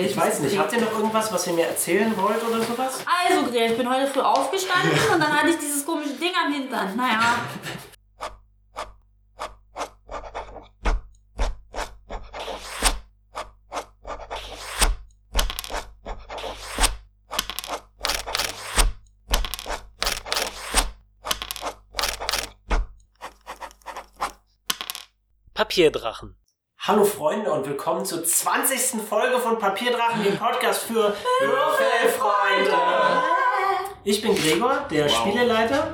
Ich weiß nicht, habt ihr noch irgendwas, was ihr mir erzählen wollt oder sowas? Also, Greta, ich bin heute früh aufgestanden und dann hatte ich dieses komische Ding am Hintern. Naja. Papierdrachen. Hallo Freunde und willkommen zur 20. Folge von Papierdrachen, dem Podcast für Würfelfreunde. Ich bin Gregor, der Wow. Spieleleiter.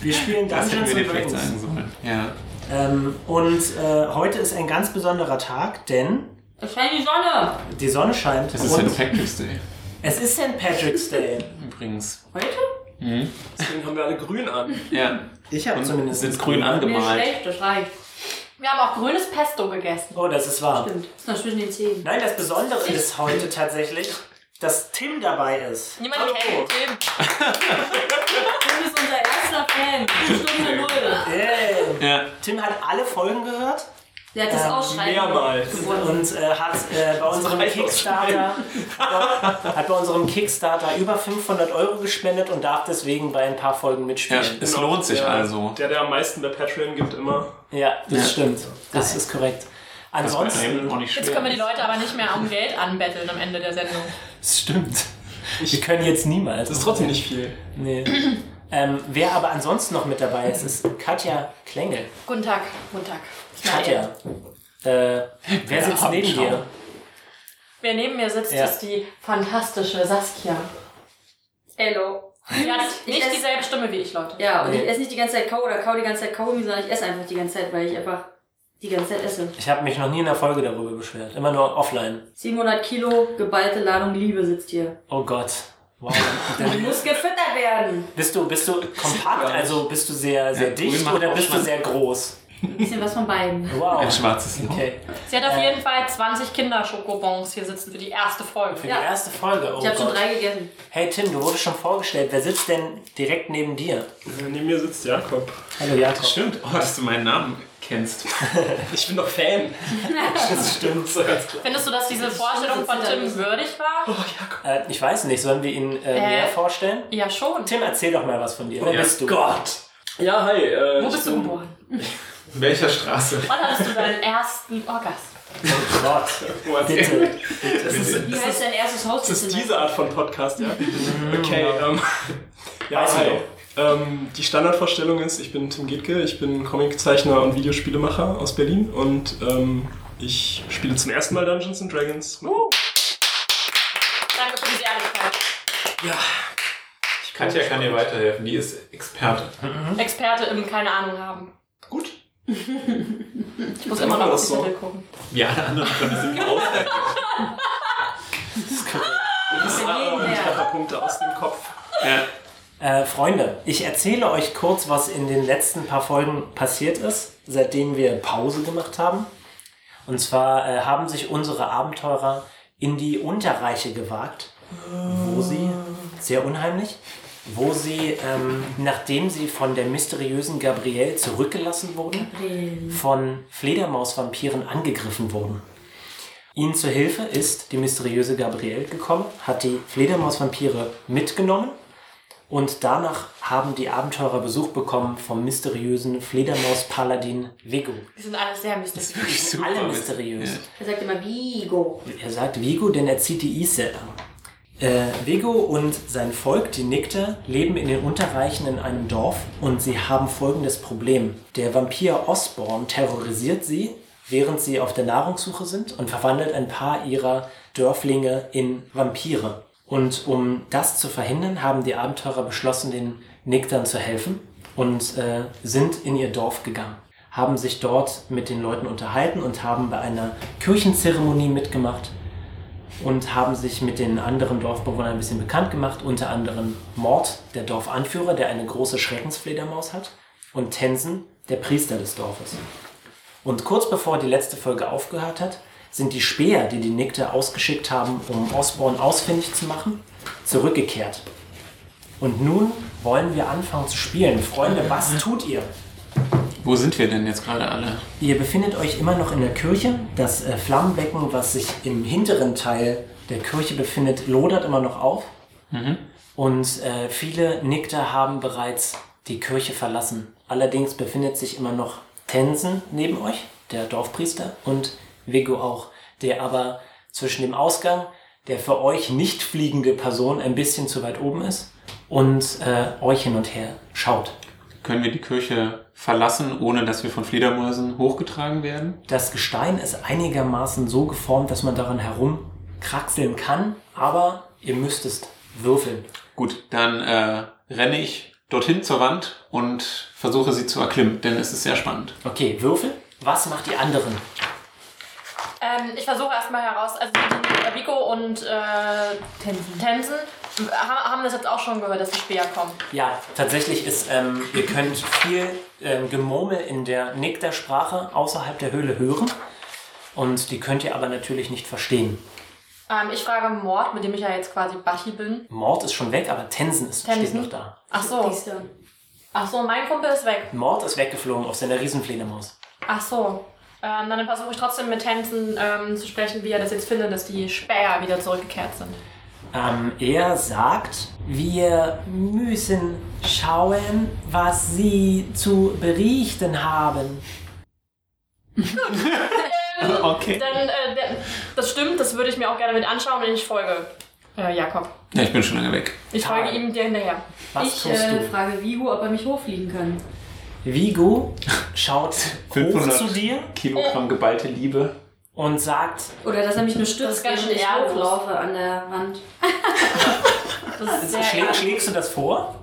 Wir spielen Das hätten Dungeons wir dir and vielleicht Dragons. sagen sollen. Ja. Ähm, und äh, heute ist ein ganz besonderer Tag, denn Es scheint die Sonne. die Sonne scheint Das ist und St. Patrick's Day. es ist St. Patrick's Day. Übrigens. Heute? Deswegen haben wir alle grün an. Ja. Ich habe Und zumindest sind grün angemalt. das reicht. Wir haben auch grünes Pesto gegessen. Oh, das ist wahr. Stimmt. Das ist noch zwischen den Zähnen. Nein, das Besondere ist heute tatsächlich, dass Tim dabei ist. Niemand Hallo. kennt den. Du bist unser erster Fan. Stunde Null. Yay. Ja. Tim hat alle Folgen gehört Der hat das Ähm, Ausschreiben mehrmals. gewonnen. und äh, hat äh, bei unserem reicht doch Kickstarter hat bei unserem Kickstarter über 500 Euro gespendet und darf deswegen bei ein paar Folgen ja. mitspielen. Es lohnt sich Genau, der, also. Der, der am meisten bei Patreon gibt, immer. Ja, das stimmt. Das ist korrekt. Das war einem auch Ansonsten, nicht Jetzt können wir die schwer. Leute aber nicht mehr um Geld anbetteln am Ende der Sendung. Das stimmt. wir können jetzt niemals. Das ist trotzdem nicht viel. Nee. ähm, wer aber ansonsten noch mit dabei ist, ist Katja Klengel. Guten Tag, guten Tag. Katja, äh, wer sitzt neben Abendschau. dir? Wer neben mir sitzt, Ja. ist die fantastische Saskia. Hello. Die hat Hm? Ich nicht ess- dieselbe Stimme wie ich, Leute. Ja, und ich esse nicht die ganze Zeit Kau oder kau die ganze Zeit Kaugummi, sondern ich esse einfach die ganze Zeit, weil ich einfach die ganze Zeit esse. Ich habe mich noch nie in der Folge darüber beschwert. Immer nur offline. 700 Kilo geballte Ladung Liebe sitzt hier. Oh Gott. Wow. Die muss gefüttert werden. bist du bist du kompakt? Also bist du sehr sehr Ja, grün dicht macht oder auch bist du Spaß. sehr groß? Ein bisschen was von beiden. Ein Wow. schwarzes Loch. Okay. Sie hat auf jeden Fall 20 Kinderschokobons hier sitzen für die erste Folge. Für Ja. die erste Folge. Oh Ich habe schon Gott. drei gegessen. Hey Tim, du wurdest schon vorgestellt. Wer sitzt denn direkt neben dir? Neben mir sitzt Jakob. Hallo Jakob. Stimmt. Oh, dass du meinen Namen kennst. Ich bin doch Fan. das stimmt. So ganz klar. Findest du, dass diese Vorstellung von Tim würdig Oh. war? Äh, ich weiß nicht, sollen wir ihn äh, Äh. näher vorstellen? Ja, schon. Tim, erzähl doch mal was von dir. Wer Oh, Ja. bist du? Gott. Ja, hi. Äh, Wo ich bist du bin- geboren? In welcher Straße? Wann hattest du deinen ersten Orgasmus? Oh Gott. Was? Bitte. Das ist, Wie heißt dein erstes Haus? das ist diese Art von Podcast, ja? Mhm. Okay, ähm. Ja, Weiß ich hi. Ähm, die Standardvorstellung ist, ich bin Tim Gietke, ich bin Comiczeichner und Videospielemacher aus Berlin und ähm, ich spiele zum ersten Mal Dungeons and Dragons. Danke für diese Ehrlichkeit. Katja kann dir weiterhelfen. Die ist Experte. Hm? Experte im keine Ahnung haben. Gut. Ich muss Dann machen immer noch wir auf das die so. Titel gucken. Wie alle anderen von diesem Ah, ich habe Punkte aus dem Kopf. Ja. Äh, Freunde, ich erzähle euch kurz, was in den letzten paar Folgen passiert ist, seitdem wir Pause gemacht haben. Und zwar äh, haben sich unsere Abenteurer in die Unterreiche gewagt, wo sie, sehr unheimlich, wo sie, ähm, nachdem sie von der mysteriösen Gabrielle zurückgelassen wurden, von Fledermausvampiren angegriffen wurden. Ihnen zur Hilfe ist die mysteriöse Gabrielle gekommen, hat die Fledermausvampire mitgenommen und danach haben die Abenteurer Besuch bekommen vom mysteriösen Fledermaus-Paladin Vigo. Die sind alle sehr mystisch. Super. Alle mysteriös. Er sagt immer Vigo. Er sagt Vigo, denn er zieht die Ise an. Äh, Vigo und sein Volk, die Nikte, leben in den Unterreichen in einem Dorf und sie haben folgendes Problem. Der Vampir Osborn terrorisiert sie, während sie auf der Nahrungssuche sind und verwandelt ein paar ihrer Dörflinge in Vampire. Und um das zu verhindern, haben die Abenteurer beschlossen, den Niktern zu helfen und äh, sind in ihr Dorf gegangen haben sich dort mit den Leuten unterhalten und haben bei einer Kirchenzeremonie mitgemacht und haben sich mit den anderen Dorfbewohnern ein bisschen bekannt gemacht, unter anderem Mord, der Dorfanführer, der eine große Schreckensfledermaus hat, und Tensen, der Priester des Dorfes. Und kurz bevor die letzte Folge aufgehört hat, sind die Späher, die die Nikte ausgeschickt haben, um Osborn ausfindig zu machen, zurückgekehrt. Und nun wollen wir anfangen zu spielen. Freunde, was tut ihr? Wo sind wir denn jetzt gerade alle? Ihr befindet euch immer noch in der Kirche. Das äh, Flammenbecken, was sich im hinteren Teil der Kirche befindet, lodert immer noch auf. Und äh, viele Nikter haben bereits die Kirche verlassen. Allerdings befindet sich immer noch Tensen neben euch, der Dorfpriester, und Vigo auch, der aber zwischen dem Ausgang der für euch nicht fliegende Person ein bisschen zu weit oben ist und äh, euch hin und her schaut. Können wir die Kirche verlassen, ohne dass wir von Fledermäusen hochgetragen werden? Das Gestein ist einigermaßen so geformt, dass man daran herumkraxeln kann, aber ihr müsstest würfeln. Gut, dann äh, renne ich dorthin zur Wand und versuche sie zu erklimmen, denn es ist sehr spannend. Okay, Würfel. Was macht die anderen? Ähm, ich versuche erstmal heraus, also die Vico und äh, Tensen. Tensen äh, ha- haben das jetzt auch schon gehört, dass die Speer kommen. Ja, tatsächlich ist, ähm, ihr könnt viel ähm, Gemurmel in der Nektarsprache außerhalb der Höhle hören. Und die könnt ihr aber natürlich nicht verstehen. Ähm, ich frage Mord, mit dem ich ja jetzt quasi Bachi bin. Mord ist schon weg, aber Tensen ist steht Tensen? noch da. Ach so, Priester. ach so, mein Kumpel ist weg. Mord ist weggeflogen auf seiner Riesenfledermaus. Ach so. Ähm, dann versuche ich trotzdem mit Tensen ähm, zu sprechen, wie er das jetzt findet, dass die Speer wieder zurückgekehrt sind. Ähm, er sagt, wir müssen schauen, was sie zu berichten haben. Okay. Dann, äh, der, das stimmt, das würde ich mir auch gerne mit anschauen und ich folge äh, Jakob. Ja, ich bin schon lange weg. Ich Tal. folge ihm dir hinterher. Was Ich tust äh, du? frage Vigo, ob er mich hochfliegen kann. Vigo schaut hoch 500. zu dir Kilogramm geballte Liebe. und sagt, Oder dass er mich nur stützt, Das ist ganz während schön ich ehrenlos. hochlaufe an der Wand. Das ist schlä sehr schlägst du das vor?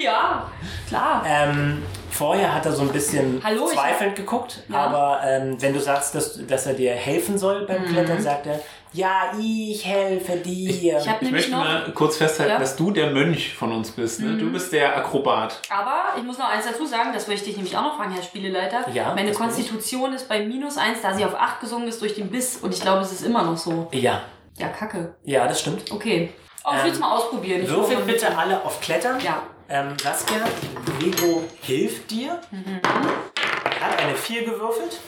Ja, klar. Ähm, vorher hat er so ein bisschen Hallo, ich- zweifelnd geguckt, aber ähm, wenn du sagst, dass, dass er dir helfen soll beim Klettern, sagt er, ja, ich helfe dir. Mhm. Ich habe Ich nämlich möchte noch. mal kurz festhalten, Ja. dass du der Mönch von uns bist. Ne? Du bist der Akrobat. Aber ich muss noch eins dazu sagen, das möchte ich nämlich auch noch fragen, Herr Spieleleiter. Ja, Meine das bin ich. Konstitution ist bei minus eins, da sie auf acht gesungen ist durch den Biss. Und ich glaube, es ist immer noch so. ja, Ja, kacke. ja, das stimmt. Okay. Oh, ich Ähm, will es mal ausprobieren. Ich Würfel hoffe- bitte alle auf Klettern. Ja. Ähm, Saskia, Lego hilft dir. Er hat eine 4 gewürfelt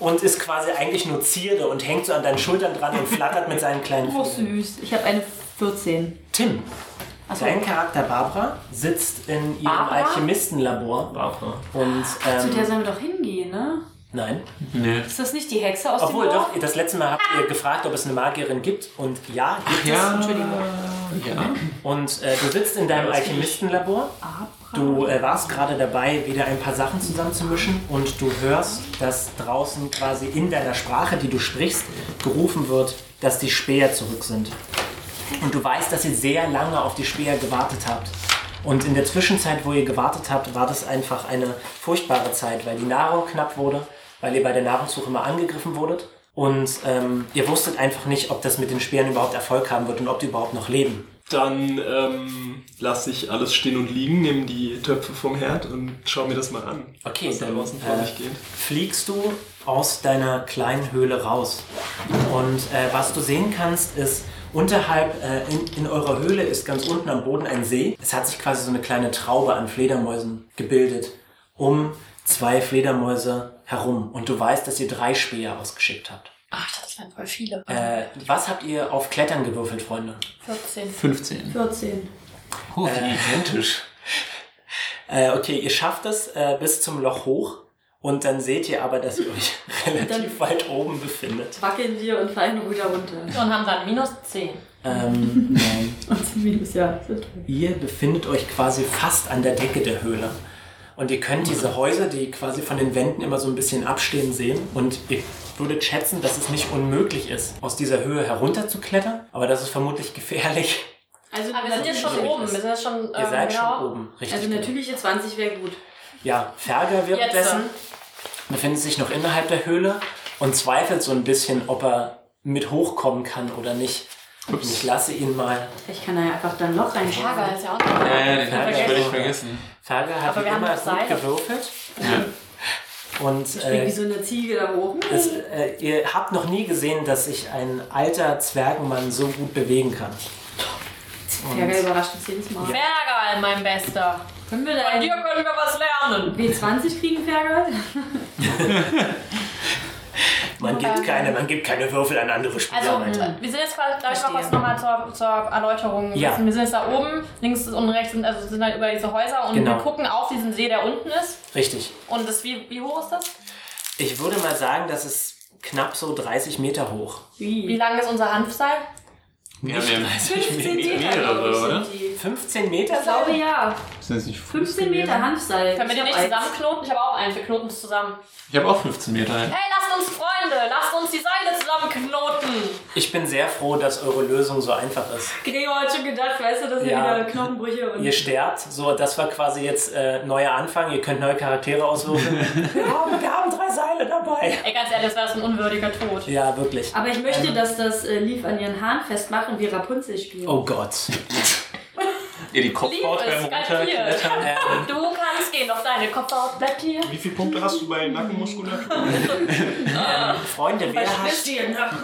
und ist quasi eigentlich nur Zierde und hängt so an deinen Schultern dran und flattert mit seinen kleinen Oh, Flügeln. süß. Ich habe eine 14. Tim, Achso. dein Charakter Barbara sitzt in ihrem Barbara? Alchemistenlabor Barbara. und Zu der ähm, sollen wir doch hingehen, ne? nein. Nee. Ist das nicht die Hexe aus Obwohl dem Dorf? doch, das letzte Mal habt ihr gefragt, ob es eine Magierin gibt und ja, gibt Ja. es. Ja. Und äh, du sitzt in deinem Alchemistenlabor. Du äh, warst gerade dabei, wieder ein paar Sachen zusammenzumischen und du hörst, dass draußen quasi in deiner Sprache, die du sprichst, gerufen wird, dass die Späher zurück sind. Und du weißt, dass ihr sehr lange auf die Späher gewartet habt. Und in der Zwischenzeit, wo ihr gewartet habt, war das einfach eine furchtbare Zeit, weil die Nahrung knapp wurde, weil ihr bei der Nahrungssuche mal angegriffen wurdet. Und ähm, ihr wusstet einfach nicht, ob das mit den Speeren überhaupt Erfolg haben wird und ob die überhaupt noch leben. Dann ähm, lasse ich alles stehen und liegen, nehme die Töpfe vom Herd und schaue mir das mal an. Okay, was da dann, draußen vor äh, sich geht. fliegst du aus deiner kleinen Höhle raus. Und äh, was du sehen kannst, ist, unterhalb äh, in, in eurer Höhle ist ganz unten am Boden ein See. Es hat sich quasi so eine kleine Traube an Fledermäusen gebildet, um zwei Fledermäuse herum. Und du weißt, dass ihr drei Speer ausgeschickt habt. Ach, das waren voll viele. Äh, was habt ihr auf Klettern gewürfelt, Freunde? 14. 15. 14. Oh, wie identisch. Äh, okay, ihr schafft es äh, bis zum Loch hoch. Und dann seht ihr aber, dass ihr euch relativ weit oben befindet. Wackeln wir und fallen ruhig runter. Und haben dann minus 10. Ähm, nein. Und sind minus, ja. sind wir. Ihr befindet euch quasi fast an der Decke der Höhle. Und ihr könnt diese Häuser, die quasi von den Wänden immer so ein bisschen abstehen, sehen. Und ihr würdet schätzen, dass es nicht unmöglich ist, aus dieser Höhe herunterzuklettern. Aber das ist vermutlich gefährlich. Also, Aber wir sind jetzt schon Natürlich oben. ist- Wir sind jetzt schon. Ihr seid genau. schon oben, richtig. Also, genau. natürliche 20 wäre gut. Ja, Ferger Jetzt. währenddessen befindet sich noch innerhalb der Höhle und zweifelt so ein bisschen, ob er mit hochkommen kann oder nicht. Ich lasse ihn mal. Vielleicht kann er ja einfach da ein Loch Ärger reinschauen. ist ja auch noch. Ja, ja, Äh, den habe ich Vergessen. völlig vergessen. Ferger hat Aber wie wir haben immer gut doch Seile. gewürfelt. Ja. Und Ich bin wie äh, so eine Ziege da oben. Es, äh, ihr habt noch nie gesehen, dass sich ein alter Zwergenmann so gut bewegen kann. Ärger überrascht uns jedes Mal. Berger, mein Bester. Können wir Von denn? dir können wir was lernen. W20 kriegen Fergal? Man gibt keine, man gibt keine Würfel an andere Spieler Also, weiter. wir sind jetzt quasi, glaube ich, mal Verstehe. kurz nochmal zur, zur Erläuterung. Ja. Wir sind jetzt da oben, links und rechts sind, also sind halt über diese Häuser und Genau. wir gucken auf diesen See, der unten ist. Richtig. Und das, wie, wie hoch ist das? Ich würde mal sagen, das ist knapp so 30 Meter hoch. Wie lang ist unser Hanfseil? Ja, wir haben 15 mehrere, oder? Ich 15 Meter? glaube ja. Sind das nicht 15 Meter Hanfseil. Können wir die Ich nicht hab zusammenknoten? Ich habe auch einen, wir knoten es zusammen. Ich habe auch 15 Meter. ja. Hey, lasst uns Freunde, lasst uns die Seile zusammenknoten. Ich bin sehr froh, dass eure Lösung so einfach ist. als Gregor hat schon gedacht, weißt du, dass wir Ja. wieder Knochenbrüche und. Ihr sterbt, so das war quasi jetzt äh, neuer Anfang, ihr könnt neue Charaktere auswürfeln. wir, haben, wir haben drei Seile dabei. Ey, ganz ehrlich, das wäre so ein unwürdiger Tod. Ja, wirklich. Aber ich möchte, dass das äh, Leaf an ihren Haaren festmacht und wir Rapunzel spielen. Oh Gott. Ihr die Lieb Kopfhaut beim ist, ganz Runterklettern. viel. Ähm, Du kannst gehen, doch deine Kopfhaut bleibt hier. Wie viele Punkte hast du bei Nackenmuskulatur? Freunde, wer hat,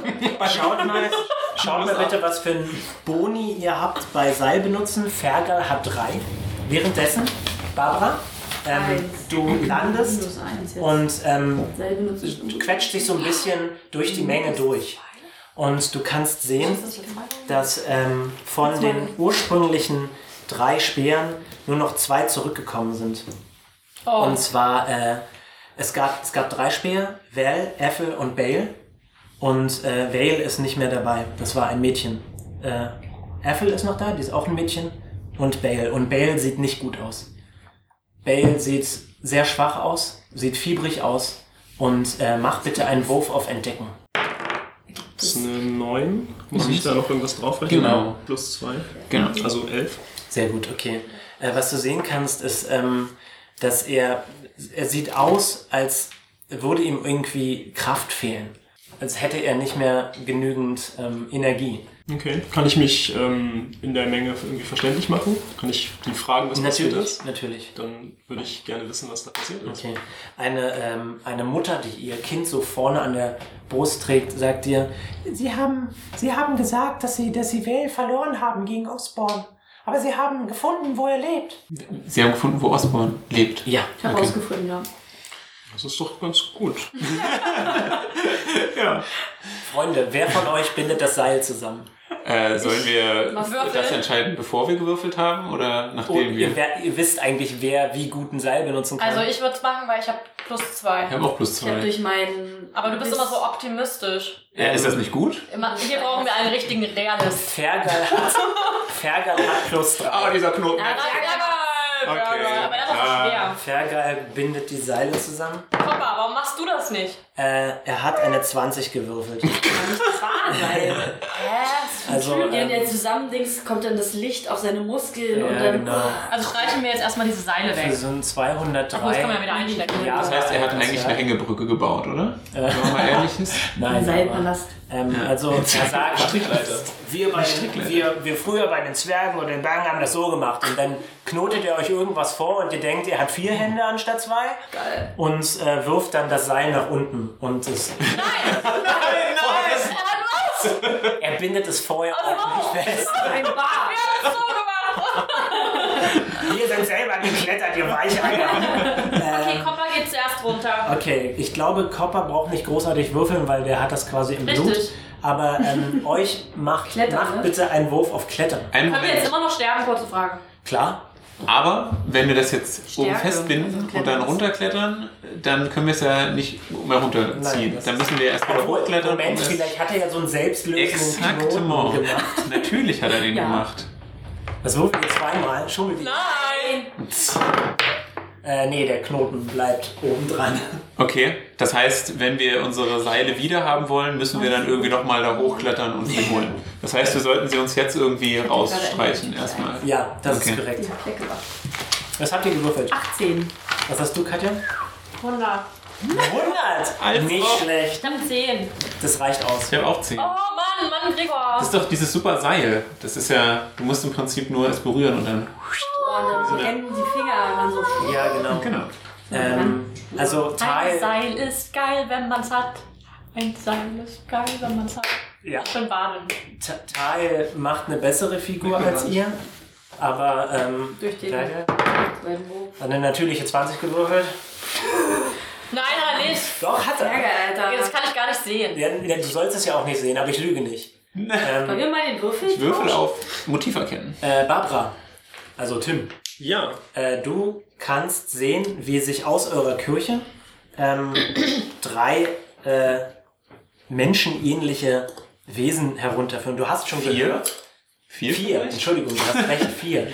schaut mal, schaut mal bitte, was für ein Boni ihr habt bei Seil benutzen. Fergal hat drei. Währenddessen, Barbara, ähm, Eins. du landest Minus eins jetzt. und ähm, Seil benutze ich schon. quetscht dich so ein bisschen durch die Menge durch. Und du kannst sehen, dass ähm, von den ursprünglichen drei Speeren nur noch zwei zurückgekommen sind. Oh. Und zwar, äh, es, gab, es gab drei Speer, Val, Ethel und Bale. Und äh, Vale ist nicht mehr dabei. Das war ein Mädchen. Äh, Ethel ist noch da, die ist auch ein Mädchen. Und Bale. Und Bale sieht nicht gut aus. Bale sieht sehr schwach aus, sieht fiebrig aus. Und äh, mach bitte einen Wurf auf Entdecken. Das ist eine 9. Muss ich da noch irgendwas draufrechnen? Genau. Plus 2. Genau. Also 11. Sehr gut, okay. Äh, was du sehen kannst, ist, ähm, dass er, er sieht aus, als würde ihm irgendwie Kraft fehlen. Als hätte er nicht mehr genügend ähm, Energie. Okay. Kann ich mich ähm, in der Menge irgendwie verständlich machen? Kann ich die fragen, was passiert Natürlich, ist? natürlich. Dann würde ich gerne wissen, was da passiert ist. Okay. Eine, ähm, eine Mutter, die ihr Kind so vorne an der Brust trägt, sagt dir, Sie haben, Sie haben gesagt, dass Sie, dass Sie Vale verloren haben gegen Osborn. Aber Sie haben gefunden, wo er lebt. Sie haben gefunden, wo Osborn lebt. Ja. Ich habe rausgefunden, ja. Das ist doch ganz gut. Freunde, wer von euch bindet das Seil zusammen? Äh, sollen wir Mach Würfel. das entscheiden, bevor wir gewürfelt haben oder Und nachdem wir? Oh, ihr, wer, ihr wisst eigentlich, wer wie guten Seil benutzen kann. Also ich würde es machen, weil ich habe plus Ich zwei. habe auch plus Ich habe zwei. durch meinen. Aber du bist immer so offen. optimistisch. Äh, ist das nicht gut? Immer, hier brauchen wir einen richtigen Realist. Fergal hat, Fergal hat plus Ah, 3. dieser Knoten. Ja, ja, genau. ja, ja, ja. Aber das ist Ah. doch schwer. Fergal bindet die Seile zusammen. Papa, warum machst du das nicht? Äh, er hat eine 20 gewürfelt. Fahrseil. Hä? Also, Während ähm, er zusammendings kommt dann das Licht auf seine Muskeln und ja, dann. genau. Also streichen wir jetzt erstmal diese Seile Für weg. so ein Obwohl, das kann man ja 203. wieder einstecken. Ja. Das heißt, er hat eigentlich eine Hängebrücke gebaut, oder? Wenn man mal ehrlich ist. Nein, aber, Seilpalast. ähm, also er sagt, Strickleiter. wir, bei den, wir, wir früher bei den Zwergen und den Bergen haben das so gemacht. Und dann knotet ihr euch irgendwas vor und ihr denkt, ihr habt vier Hände anstatt zwei. Geil. Und äh, wirft dann das Seil nach unten. Und es, Er hat was? Wir er bindet es vorher Oh, ordentlich Halt fest. Ein Bar. haben es so gemacht. Wir sind selber geklettert, ihr Weicheier. Okay, Papa geht zuerst runter. Ähm. Okay, ich glaube, Copper braucht nicht großartig würfeln, weil der hat das quasi im Richtig. Blut. Aber ähm, euch macht, Klettern, macht ne? bitte einen Wurf auf Klettern. Einen Können wir jetzt Moment. immer noch sterben? Kurze Frage. Klar. Aber wenn wir das jetzt oben Stärke. festbinden Also und dann klettern. runterklettern, dann können wir es ja nicht mehr runterziehen. Nein, das dann müssen wir erst wieder Obwohl, hochklettern. um Moment, es- vielleicht hat er ja so einen selbstlösenden Knoten Exaktement. gemacht. Natürlich hat er den Ja. gemacht. Das würfelt ihr zweimal. Schummelt ihr. Nein! Äh, nee, der Knoten bleibt oben dran. Okay, das heißt, wenn wir unsere Seile wieder haben wollen, müssen wir dann irgendwie nochmal da hochklettern und sie holen. Das heißt, wir sollten sie uns jetzt irgendwie rausstreichen erstmal. Ja, das ist Okay. korrekt. Ich hab weggemacht. Was habt ihr gewürfelt? 18. Was hast du, Katja? Wunder. 100! Also. Nicht schlecht. Ich habe 10. Das reicht aus. Ich habe auch 10. Oh Mann, Mann, Gregor. Das ist doch dieses super Seil. Das ist ja, du musst im Prinzip nur es berühren und dann. Boah, Oh, dann brennen die Finger an. dann so. Ja, genau. Genau. Ähm, also Ein Teil. Seil ist geil, wenn man's hat. Ein Seil ist geil, wenn man's hat. Ja. Schon baden. T- Tal macht eine bessere Figur als ihr. Aber ähm, Durch den leider zweiten Wurf. hat eine natürliche 20 gewürfelt. Nein, hat er nicht. Doch, hat er. Ärger, Alter. Das kann ich gar nicht sehen. Ja, ja, du sollst es ja auch nicht sehen, aber ich lüge nicht. Wollen wir mal den Würfel? Würfel auf Motiv erkennen. Äh, Barbara, also Tim, Ja, äh, du kannst sehen, wie sich aus eurer Kirche ähm, drei äh, menschenähnliche Wesen herunterführen. Du hast schon gehört. Vier? Vier, Entschuldigung, du hast recht, vier.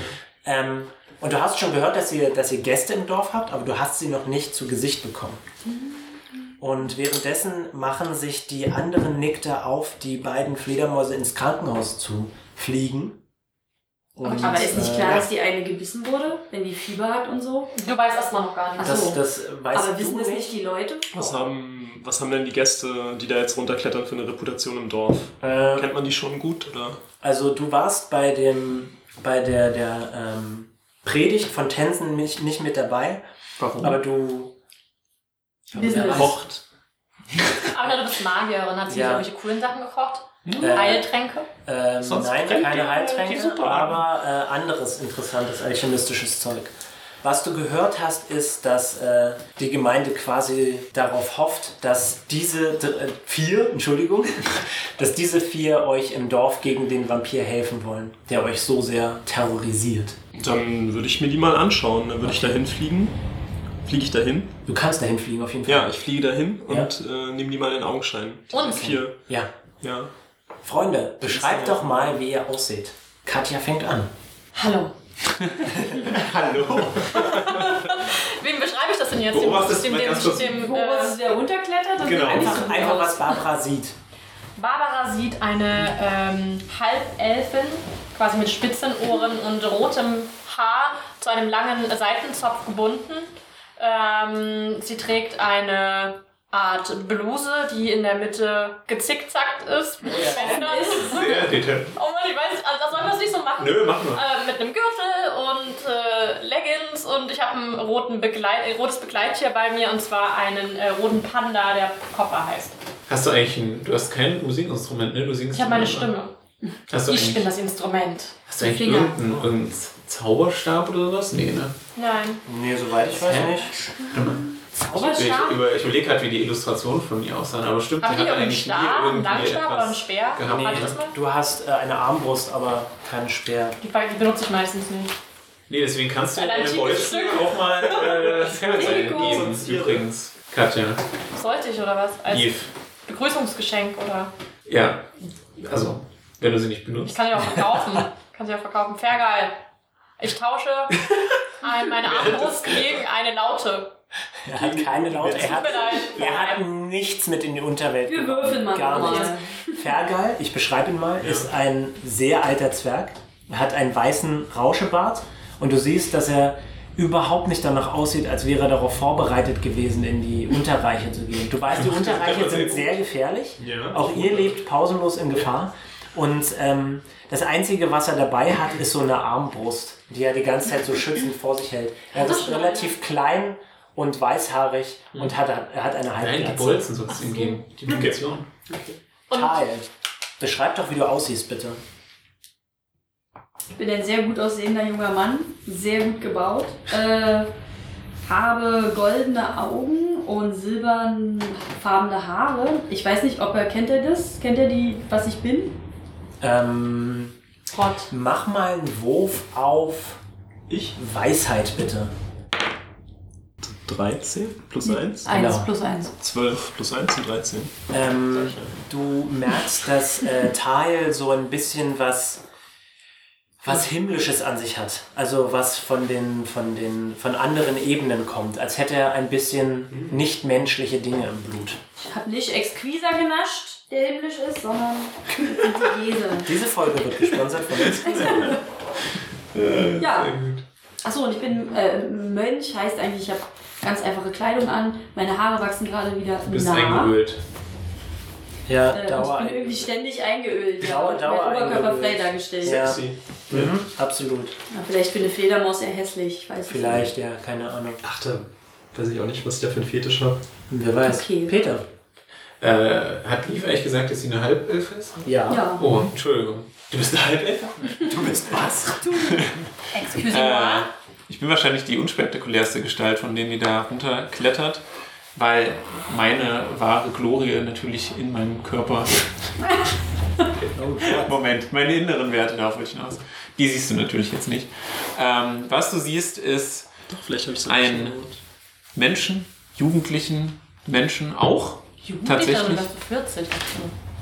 Ähm, und du hast schon gehört, dass ihr, dass ihr Gäste im Dorf habt, aber du hast sie noch nicht zu Gesicht bekommen. Und währenddessen machen sich die anderen Nickter auf, die beiden Fledermäuse ins Krankenhaus zu fliegen. Und, Aber ist nicht äh, klar, ja, dass die eine gebissen wurde, wenn die Fieber hat und so? Du weißt erstmal noch gar nicht. Ach das, so. das weißt Aber wissen du das nicht die Leute? was haben, was haben denn die Gäste, die da jetzt runterklettern, für eine Reputation im Dorf? Äh, Kennt man die schon gut, oder? also du warst bei dem, bei der, der ähm, Predigt von Tänzen nicht, nicht mit dabei, Warum? aber du Business. Kocht. Aber du bist Magierin, hat sie Ja. irgendwelche coolen Sachen gekocht? Äh, Heiltränke? Ähm, Sonst nein, brennt die- keine Heiltränke, die Suppe an. aber äh, anderes interessantes alchemistisches Zeug. Was du gehört hast, ist, dass äh, die Gemeinde quasi darauf hofft, dass diese d- äh, vier, Entschuldigung, dass diese vier euch im Dorf gegen den Vampir helfen wollen, der euch so sehr terrorisiert. Dann würde ich mir die mal anschauen. Dann würde ich da hinfliegen. Fliege ich dahin? Du kannst dahin fliegen auf jeden Fall. Ja, ich fliege dahin und äh, nehme die mal in Augenschein. Und? vier. Ja. Ja. Freunde, beschreibt ja- doch mal, wie ihr ausseht. Katja fängt an. Hallo. Hallo. Wem beschreibe ich das denn jetzt? Beobachtest dem, du mal dem, ganz kurz- dem, dem, Wo äh, was der runterklettert? Das Genau. sieht nicht so Einfach, gut einfach aus. was Barbara sieht. Barbara sieht eine ähm, Halbelfin, quasi mit spitzen Ohren und rotem Haar, zu einem langen Seitenzopf gebunden. Ähm, sie trägt eine Art Bluse, die in der Mitte gezickzackt ist. oh Sehr detailliert. Mann, ich weiß nicht, also das soll man das nicht so machen. Nö, mach mal. Äh, mit einem Gürtel und äh, Leggings und ich habe ein roten Begleit, äh, rotes Begleittier bei mir und zwar einen äh, roten Panda, der Kopper heißt. Hast du eigentlich ein, du hast kein Musikinstrument, ne? Du singst Ich habe meine nur, ne? Stimme. Hast du Ich bin eigentlich, das Instrument. hast du eigentlich Finger. irgendeinen irgendeinen Zauberstab oder was? Nee, ne? Nein. Nee, soweit ich weiß Hä? nicht. Ich, Zauberstab? über, ich überlege gerade, wie die Illustrationen von ihr aussahen, aber stimmt, Haben die sie hat irgendeinen eigentlich nie Stab, einen irgendwie Langstab oder einen etwas Speer? gehabt. Warte, Nee, das mal. du hast äh, eine Armbrust, aber keinen Speer. Die, die benutze ich meistens nicht. Nee, deswegen kannst du Ein deine antikes Bolzen Stück. auch mal äh, Skeleton Nico. geben, übrigens. Katja, Sollte ich oder was? Als Eve. Begrüßungsgeschenk oder. Ja, also, wenn du sie nicht Ich benutzt. kann sie auch verkaufen. kann sie auch verkaufen. Fair geil. Ich tausche ein- meine Armbrust gegen eine Laute. Er hat keine Laute. Er Tut hat, mir leid. er hat nichts mit in die Unterwelt. Wir genommen. würfeln mal Gar nochmal. nichts. Fergal, ich beschreibe ihn mal, ist ein sehr alter Zwerg, hat einen weißen Rauschebart und du siehst, dass er überhaupt nicht danach aussieht, als wäre er darauf vorbereitet gewesen, in die Unterreiche zu gehen. Du weißt, die Unterreiche sind sehr gefährlich. Ja. Auch ihr lebt pausenlos in Gefahr. Und ähm, das Einzige, was er dabei hat, ist so eine Armbrust, die er die ganze Zeit so schützend vor sich hält. Er ist relativ klein und weißhaarig und hat, er hat eine Hm. Nein, die Halbglatze. Bolzen sollst du ihm geben. Die Munition. Und Tal, beschreib doch, wie du aussiehst, bitte. Ich bin ein sehr gut aussehender junger Mann, sehr gut gebaut, äh, habe goldene Augen und silbernfarbene Haare. Ich weiß nicht, ob er kennt er das? Kennt er die, was ich bin? Ähm, Hot. mach mal einen Wurf auf Ich? Weisheit, bitte. 13 plus 1. Eins Genau. plus eins. 12 plus 1 sind 13. Ähm, du merkst, dass äh, Tal so ein bisschen was, was Himmlisches an sich hat. Also was von den, von den, von anderen Ebenen kommt. Als hätte er ein bisschen nichtmenschliche Dinge im Blut. Ich habe nicht Exquisa genascht, der himmlisch ist, sondern Jese. Diese Folge wird gesponsert von uns. Äh, Ja. Achso, und ich bin äh, Mönch, heißt eigentlich, ich habe ganz einfache Kleidung an, meine Haare wachsen gerade wieder Du bist nach. eingeölt. Ja, Äh, und Dauer. ich bin irgendwie ständig eingeölt. Ja, Dauer- und mein Dauer Oberkörper eingeölt. frei dargestellt. Ja, mhm, absolut. Ja, vielleicht bin eine Fledermaus ja hässlich, ich weiß es Vielleicht, ja, keine Ahnung. Ach, da weiß ich auch nicht, was ich da für einen Fetisch habe. Wer weiß. Okay. Peter. Äh, hat Lief eigentlich gesagt, dass sie eine Halbelfe ist? Ja. Ja. Oh, Entschuldigung. Du bist eine Halbelfe? Du bist was? Excuse Äh, moi. ich bin wahrscheinlich die unspektakulärste Gestalt von denen, die da runterklettert, weil meine wahre Glorie natürlich in meinem Körper. Oh Moment, meine inneren Werte, darauf wollte ich hinaus. Die siehst du natürlich jetzt nicht. Ähm, was du siehst, ist Doch, vielleicht habe ich so Ein- bisschen gehört. Menschen, Jugendlichen, Menschen auch. Tatsächlich. Jugendlicherin, dass du 40 bist.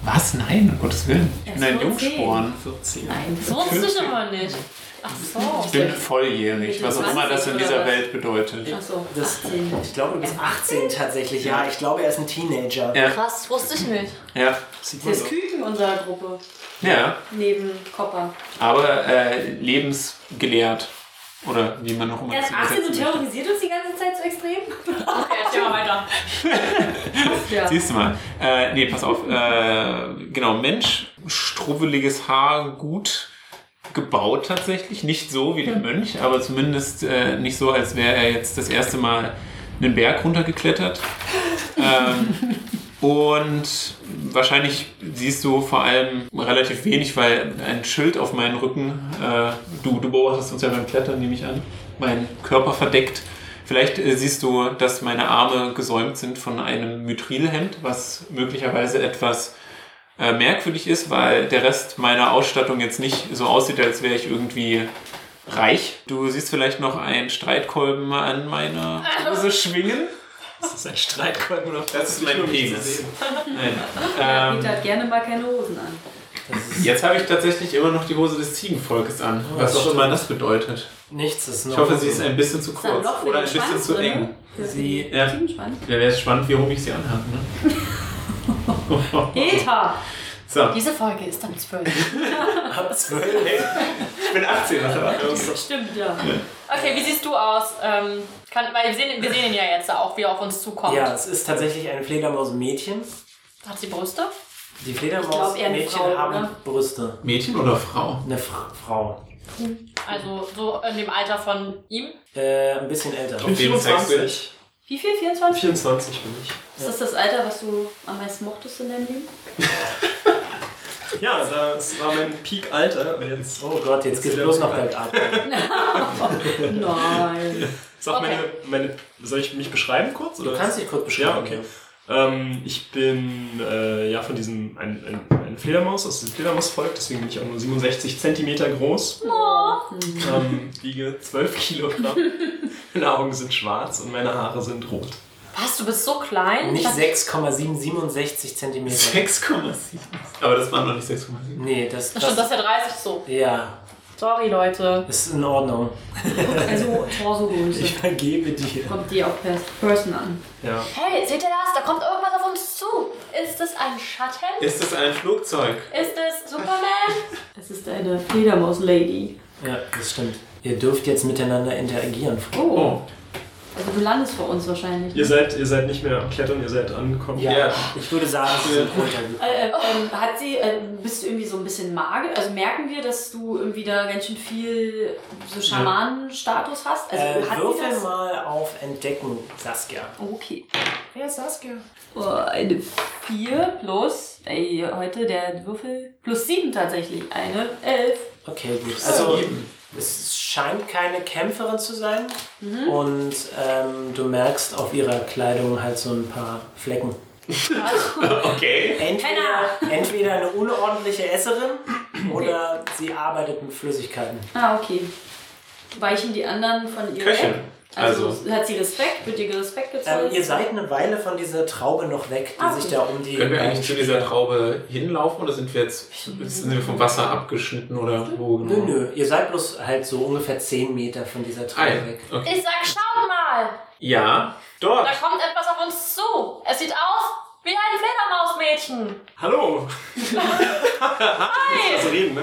Was? Nein, um Gottes Willen. Ich bin Erst ein so Jungsporn. 14. Nein. Das wusste ich immer nicht. Ach so. Ich bin volljährig, was auch immer das in dieser Welt bedeutet. Ach so, Das, 18. ich glaube, du bist 18 tatsächlich. Ja, ich glaube, er ist ein Teenager. Ja. Krass, wusste ich nicht. Ja, Sieht Sie man ist doch. Küken unserer Gruppe, ja. neben Copper. aber äh, lebensgelehrt. Oder wie man noch immer Er ist das 18 und übersetzen möchte. terrorisiert uns die ganze Zeit so extrem. Okay, erzähl mal weiter. Ja. Siehst du mal. Äh, nee, pass auf. Äh, genau, Mensch, strubbeliges Haar, gut gebaut tatsächlich. Nicht so wie der Mönch, aber zumindest äh, nicht so, als wäre er jetzt das erste Mal einen Berg runtergeklettert. Ähm, und wahrscheinlich siehst du vor allem relativ wenig, weil ein Schild auf meinen Rücken, äh, du, du beobachtest uns ja beim Klettern, nehme ich an, meinen Körper verdeckt. Vielleicht äh, siehst du, dass meine Arme gesäumt sind von einem Mithrilhemd, was möglicherweise etwas äh, merkwürdig ist, weil der Rest meiner Ausstattung jetzt nicht so aussieht, als wäre ich irgendwie reich. Du siehst vielleicht noch einen Streitkolben an meiner Hose schwingen. Das ist ein Streitkolben oder Das ist mein Penis. Nein. Ähm, Peter hat gerne mal keine Hosen an. Jetzt habe ich tatsächlich immer noch die Hose des Ziegenvolkes an, Oh, was auch immer das bedeutet. Nichts ist Ich noch. hoffe, sie ist ein bisschen zu Ist da ein kurz Loch für oder ein den bisschen Schwanz zu drin? eng. äh, Sie, Ja. Ziegenschwanz. Da wäre es spannend, wie rum ich sie anhabe. Ne? Peter! so, Diese Folge ist um dann 12. ab 12. ich bin 18, was erwartet. Stimmt, ja. Okay, wie siehst du aus? Ähm, kann, weil wir sehen, wir sehen ihn ja jetzt auch, wie er auf uns zukommt. Ja, es ist tatsächlich ein Fledermaus-Mädchen. Hat sie Brüste? Die glaub, eher eine Fledermaus-Mädchen Frau, haben oder? Brüste. Mädchen oder Frau? Eine Fra- Frau. Also so in dem Alter von ihm. Äh, ein bisschen älter. Ich bin Auf jeden Fall. 24. Wie viel? 24? 24 bin ich. Ist das das Alter, was du am meisten mochtest in deinem Leben? Ja, das war mein Peak-Alter. aber Jetzt Oh Gott, jetzt geht's bloß noch bergab. Oh. Nein. Sag Okay. meine, meine, soll ich mich beschreiben kurz? Oder Du kannst dich kurz beschreiben. Ja, okay. Ähm, ich bin äh, ja von diesem, ein, ein, eine Fledermaus aus diesem Fledermausvolk, deswegen bin ich auch nur 67 Zentimeter groß. Oh. Ähm, wiege 12 Kilogramm. meine Augen sind schwarz und meine Haare sind rot. Was? Du bist so klein? Nicht Das- 6,767 Zentimeter. 6,7. Aber das waren noch nicht 6,7. Nee, das, das stimmt, das das, ist ja 30 so. ja, Sorry, Leute. ist in Ordnung. Also Torso-Größe. Ich vergebe dir. Kommt die auch per Person an. Ja. Hey, seht ihr das? Da kommt irgendwas auf uns zu. Ist es ein Schatten? Ist das ein Flugzeug? Ist es Superman? Es ist eine Fledermaus-Lady. Ja, das stimmt. Ihr dürft jetzt miteinander interagieren. Oh. Also du landest vor uns wahrscheinlich. Ihr seid, ihr seid nicht mehr am Klettern, ihr seid angekommen. Ja, Ja. ich würde sagen, sie sind runtergekommen. Äh, äh, ähm, hat sie, äh, bist du irgendwie so ein bisschen mager? Also merken wir, dass du irgendwie da ganz schön viel so Schamanenstatus hast? Also Äh, hat sie würfel das? mal auf Entdecken, Saskia. Okay. Wer ist Saskia? Oh, eine 4 plus, ey, heute der Würfel, plus 7 tatsächlich, eine 11. Okay, gut. Also, es scheint keine Kämpferin zu sein. Mhm. Und ähm, du merkst auf ihrer Kleidung halt so ein paar Flecken. Okay. Entweder, entweder eine unordentliche Esserin oder sie arbeitet mit Flüssigkeiten. Ah, okay. Weichen die anderen von ihr Köchin, weg? Also, also. hat sie Respekt? Wird ihr Respekt Ähm, gezollt? ihr seid eine Weile von dieser Traube noch weg, die Ah, sich okay. da um die. Können wir eigentlich zu dieser Traube hinlaufen oder sind wir jetzt sind wir vom Wasser abgeschnitten oder wo genau? Nö, nö. Ihr seid bloß halt so ungefähr 10 Meter von dieser Ah, Traube ja. weg. Okay. Ich sag, schau mal. ja, dort. Da kommt etwas auf uns zu. Es sieht aus wie ein Fledermausmädchen. Hallo! Hi! Also reden, ne?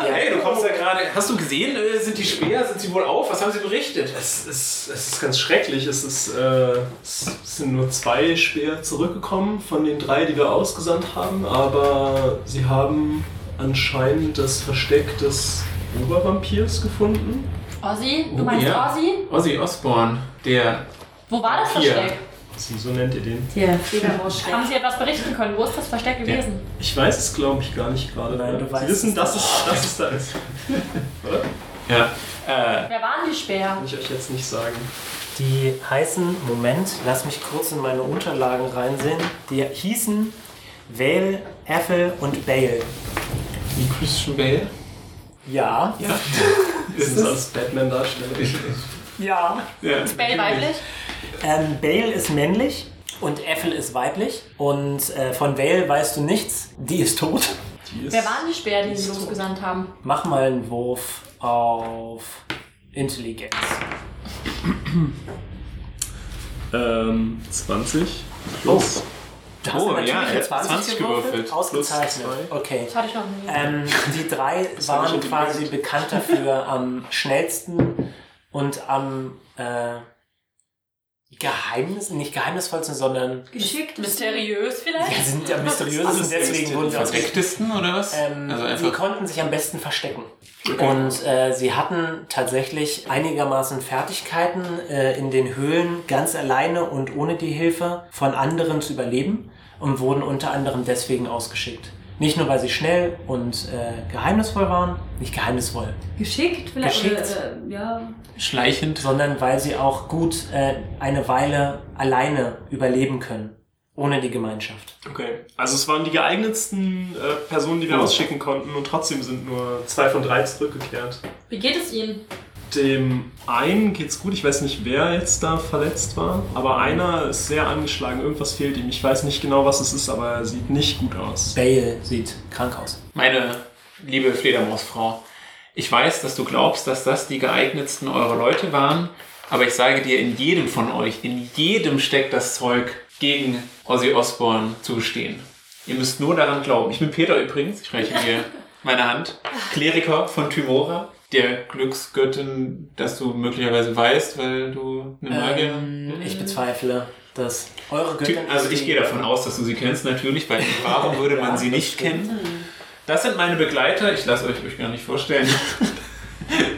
Hey, du kommst ja gerade. Hast du gesehen? Äh, Sind die schwer? Sind sie wohl auf? Was haben sie berichtet? Es ist, es ist ganz schrecklich. Es, ist, äh, es sind nur zwei Speer zurückgekommen von den drei, die wir ausgesandt haben, aber sie haben anscheinend das Versteck des Obervampirs gefunden. Ozzy? Du Oh, meinst ja. Ozzy? Ozzy Osbourne, der Wo war das Vampir. Versteck? So, so nennt ihr den. Ja, Haben Fledermaus-Schreck. Sie etwas berichten können? Wo ist das Versteck gewesen? Ich weiß es, glaube ich, gar nicht gerade. Nein, du Sie weißt wissen, es dass es, dass es da ist. Oder? Ja. Äh, Wer waren die Speer? Kann ich euch jetzt nicht sagen. Die heißen, Moment, lass mich kurz in meine Unterlagen reinsehen. Die hießen Vale, Ethel und Bale. wie Christian Bale? Ja. Ja. Das sind alles Batman-Darsteller. Ja. ja. Bell weiblich? Ähm, Bale ist männlich und Ethel ist weiblich. Und äh, von Vale weißt du nichts. Die ist tot. Die ist- Wer waren die Speer, die Sie ist tot. losgesandt haben? Mach mal einen Wurf auf Intelligenz. Ähm, 20. Los. Du hast Oh, eine ja, natürliche er hat 20 gewürfelt. Ausgezeichnet. Plus zwei. Okay. Das hatte ich noch nie. Ähm, die drei hab ich waren schon quasi gemerkt. bekannt dafür, am schnellsten und am äh, geheimnis, nicht geheimnisvollsten, sondern Geschickt. Mysteriös ja, vielleicht? sie sind ja mysteriös und deswegen wurden sie auch Verdecktesten oder was? ähm, also Sie einfach. konnten sich am besten verstecken. Und äh, sie hatten tatsächlich einigermaßen Fertigkeiten, äh, in den Höhlen ganz alleine und ohne die Hilfe von anderen zu überleben und wurden unter anderem deswegen ausgeschickt. Nicht nur, weil sie schnell und äh, geheimnisvoll waren, nicht geheimnisvoll, Geschickt vielleicht? Geschickt. Oder, äh, ja. Schleichend. sondern weil sie auch gut äh, eine Weile alleine überleben können, ohne die Gemeinschaft. Okay. Also es waren die geeignetsten äh, Personen, die wir ausschicken konnten und trotzdem sind nur zwei von drei zurückgekehrt. Wie geht es Ihnen? Dem einen geht's gut, ich weiß nicht, wer jetzt da verletzt war, aber einer ist sehr angeschlagen, irgendwas fehlt ihm. Ich weiß nicht genau, was es ist, aber er sieht nicht gut aus. Bale sieht krank aus. Meine liebe Fledermausfrau, ich weiß, dass du glaubst, dass das die geeignetsten eurer Leute waren, aber ich sage dir, in jedem von euch, in jedem steckt das Zeug, gegen Ozzy Osbourne zu bestehen. Ihr müsst nur daran glauben. Ich bin Peter übrigens, ich reiche dir meine Hand, Kleriker von Tymora, der Glücksgöttin, dass du möglicherweise weißt, weil du eine Magier... Ähm, ich bezweifle, dass eure Ty- Göttin... Also ich gehe davon aus, dass du sie kennst natürlich, weil warum würde man sie nicht kennen? Das sind meine Begleiter, ich lasse euch euch gar nicht vorstellen.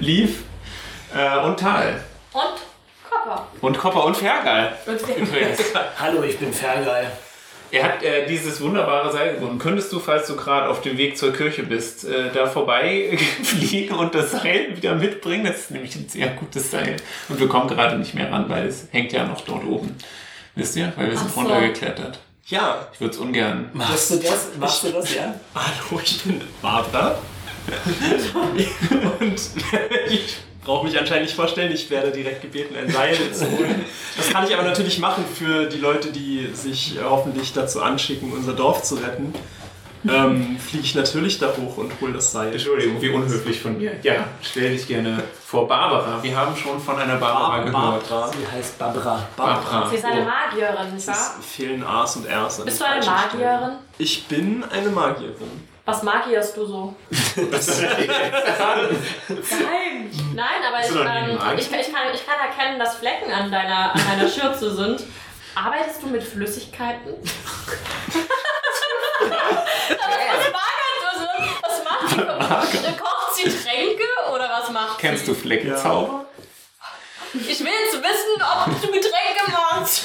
Leaf äh, und Tal. Und Körper. Und Copper und Fergal. Übrigens. Hallo, ich bin Fergal. Er hat äh, dieses wunderbare Seil gebunden. Könntest du, falls du gerade auf dem Weg zur Kirche bist, äh, da vorbei fliegen und das Seil wieder mitbringen? Das ist nämlich ein sehr gutes Seil. Und wir kommen gerade nicht mehr ran, weil es hängt ja noch dort oben. Wisst ihr? Weil wir sind Ach so. runtergeklettert. Ja, Ich würde es ungern Machst du das? Machst du das, ja? hallo, ich bin Barbara. und ich brauche mich anscheinend nicht vorstellen, ich werde direkt gebeten, ein Seil zu holen. Das kann ich aber natürlich machen für die Leute, die sich äh, hoffentlich dazu anschicken, unser Dorf zu retten. Ähm, fliege ich natürlich da hoch und hole das Seil. Entschuldigung, wie unhöflich von mir. Ja, stell dich gerne vor Barbara. Wir haben schon von einer Barbara gehört. Barbara. Sie heißt Barbara. Barbara. Oh. Sie ist eine Magierin, Es nicht wahr? fehlen A's und R's. an Bist du den eine falschen Stellen. Magierin? Ich bin eine Magierin. Was magierst du so? Geheim. Nein, aber ich, du noch nie ein ähm, Magier? ich, ich, kann, ich kann erkennen, dass Flecken an deiner, an deiner Schürze sind. Arbeitest du mit Flüssigkeiten? Also, was magert du so? Was macht die? Kocht sie Tränke oder was macht Kennst du sie? Fleckenzauber? Ich will jetzt wissen, ob du Getränke machst.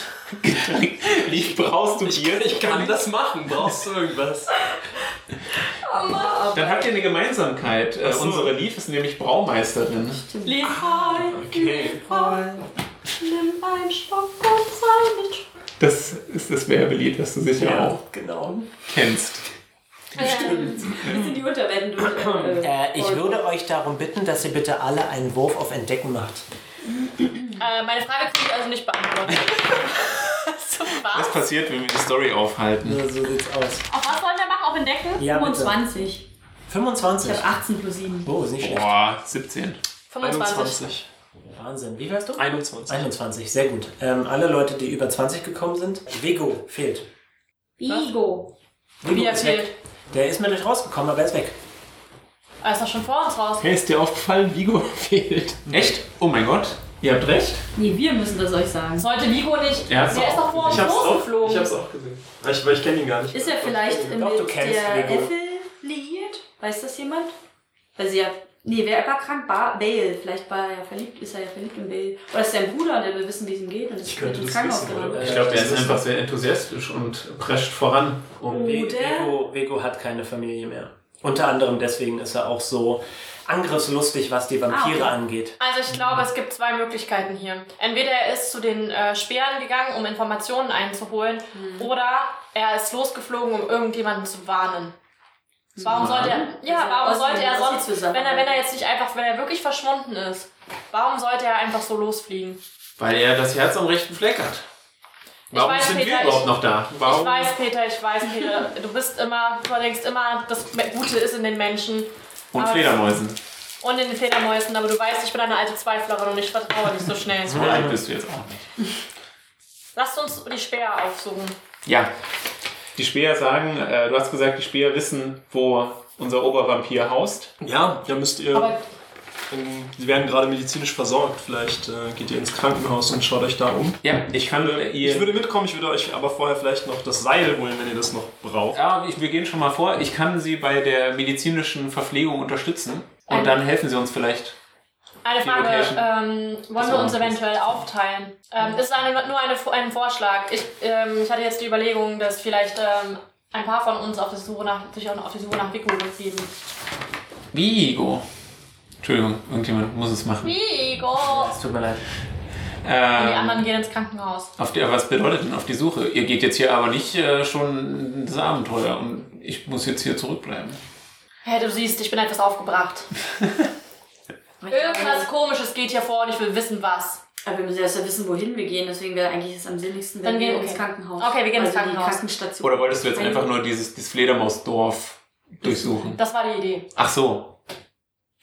Wie brauchst du Bier? Ich kann das machen. Brauchst du irgendwas? Oh Mann. Dann habt ihr eine Gemeinsamkeit. Äh, so. Unsere Leaf ist nämlich Braumeisterin. Lieb Paul, Okay. nimm einen Stock und sei nicht Das ist das Werbelied, das du sicher auch genau. kennst. Stimmt. Das sind die Unterwänden durch. Äh, ich würde euch darum bitten, dass ihr bitte alle einen Wurf auf Entdecken macht. Äh, meine Frage kriege ich also nicht beantwortet. so, Was was? passiert, wenn wir die Story aufhalten? So, so sieht's aus. Auf was wollen wir machen? Auf Entdecken? Ja, bitte. 25. Ich 25. habe 18 plus 7. Oh, ist nicht schlecht. Boah, 17. 25. 21. Wahnsinn. Wie warst du? 21. 21, sehr gut. Ähm, alle Leute, die über 20 gekommen sind. Vigo fehlt. Vigo. Vigo Wie er ist fehlt. weg. Der ist natürlich rausgekommen, aber er ist weg. Er Ah, ist doch schon vor uns raus. Hey, ist dir aufgefallen, Vigo fehlt? Echt? Oh mein Gott. Ihr habt recht. Nee, wir müssen das euch sagen. Sollte Vigo nicht. Er Er hat's ist doch vor uns Ich hab's auch, ich rausgeflogen. hab's auch gesehen. Aber Ich, aber ich kenne ihn gar nicht. Ist er vielleicht Doch, du mit kennst der Vigo. Äffel liiert? Weiß das jemand? Weil sie ja Nee, wer war krank? Ba Bale. Vielleicht war er ja verliebt, ist er ja verliebt in Bale. Oder ist sein Bruder, der will wissen, wie es ihm geht und ist Ich könnte ins das Krankenhaus wissen, gelandet. oder? Ich glaube, der das ist ist- einfach sehr enthusiastisch und prescht voran. Äh, Um Ve- Oder- Vego, Vego hat keine Familie mehr. Unter anderem deswegen ist er auch so angriffslustig, was die Vampire Ah, okay. angeht. Also ich glaube, es gibt zwei Möglichkeiten hier. Entweder er ist zu den äh, Speeren gegangen, um Informationen einzuholen, oder er ist losgeflogen, um irgendjemanden zu warnen. Warum sollte er, ja, Also, warum was sollte mit er Ossi sonst, wenn zusammen- er, wenn er jetzt nicht einfach, wenn er wirklich verschwunden ist, warum sollte er einfach so losfliegen? Weil er das Herz am rechten Fleck hat. Warum weiß, sind Peter, wir überhaupt ich- noch da? Warum? Ich weiß, Peter, ich weiß, Peter, du bist immer, du denkst immer, das Gute ist in den Menschen und aber- Fledermäusen. und in den Fledermäusen, aber du weißt, ich bin eine alte Zweiflerin und ich vertraue nicht so schnell. So alt bist du jetzt auch nicht. Lasst uns die Speer aufsuchen. Ja. Die Speer sagen, äh, du hast gesagt, die Speer wissen, wo unser Obervampir haust. Ja, da müsst ihr. Aber ähm, Sie werden gerade medizinisch versorgt. Vielleicht äh, geht ihr ins Krankenhaus und schaut euch da um. Ja, ich kann äh, ihr. Ich würde mitkommen, ich würde euch aber vorher vielleicht noch das Seil holen, wenn ihr das noch braucht. ja, ich, wir gehen schon mal vor. Ich kann sie bei der medizinischen Verpflegung unterstützen. Und Ein- dann helfen sie uns vielleicht. Eine Die Frage, Location. ähm, wollen wir auch uns noch eventuell aufteilen? Ähm, ist eine, nur eine, ein Vorschlag. Ich, ähm, ich hatte jetzt die Überlegung, dass vielleicht ähm, ein paar von uns auf der Suche nach, sich auch noch auf die Suche nach Vico begeben. Vigo. Entschuldigung, irgendjemand muss es machen. Vico! Es tut mir leid. Und die Ähm, anderen gehen ins Krankenhaus. Auf der, was bedeutet denn auf die Suche? Ihr geht jetzt hier aber nicht äh, schon das Abenteuer und ich muss jetzt hier zurückbleiben. Hey, du siehst, ich bin etwas aufgebracht. Irgendwas Komisches geht hier vor und ich will wissen, was. Aber wir müssen erst ja wissen, wohin wir gehen, deswegen wäre eigentlich es am sinnigsten, wenn Dann wir gehen- ins okay. Krankenhaus. Okay, wir gehen ins also Krankenhaus. Die Krankenstation. Oder wolltest du jetzt Wenn- einfach nur dieses, dieses Fledermausdorf durchsuchen? Das war die Idee. Ach so.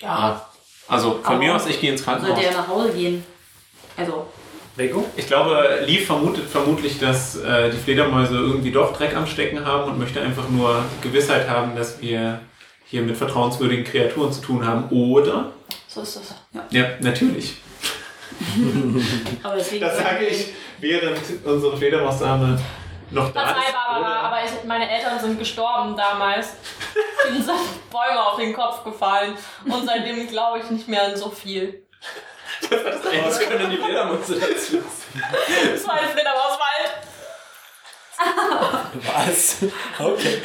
Ja. Also von Aber- mir aus, ich gehe ins Sollte er Krankenhaus. nach Hause gehen? Also, Vego? Ich glaube, Lee vermutet vermutlich, dass äh, die Fledermäuse irgendwie doch Dreck am Stecken haben und möchte einfach nur Gewissheit haben, dass wir hier mit vertrauenswürdigen Kreaturen zu tun haben. Oder? So ist es. Ja, natürlich. aber deswegen. Das sage ich, während unsere Fledermausdame noch da Verzeih, ist. Barbara, aber ich, meine Eltern sind gestorben damals. Ihnen sind Bäume auf den Kopf gefallen. Und seitdem glaube ich nicht mehr an so viel. Oder- Was können die Fledermäuse dazu? Das war eine Fledermauswald. Was? Okay.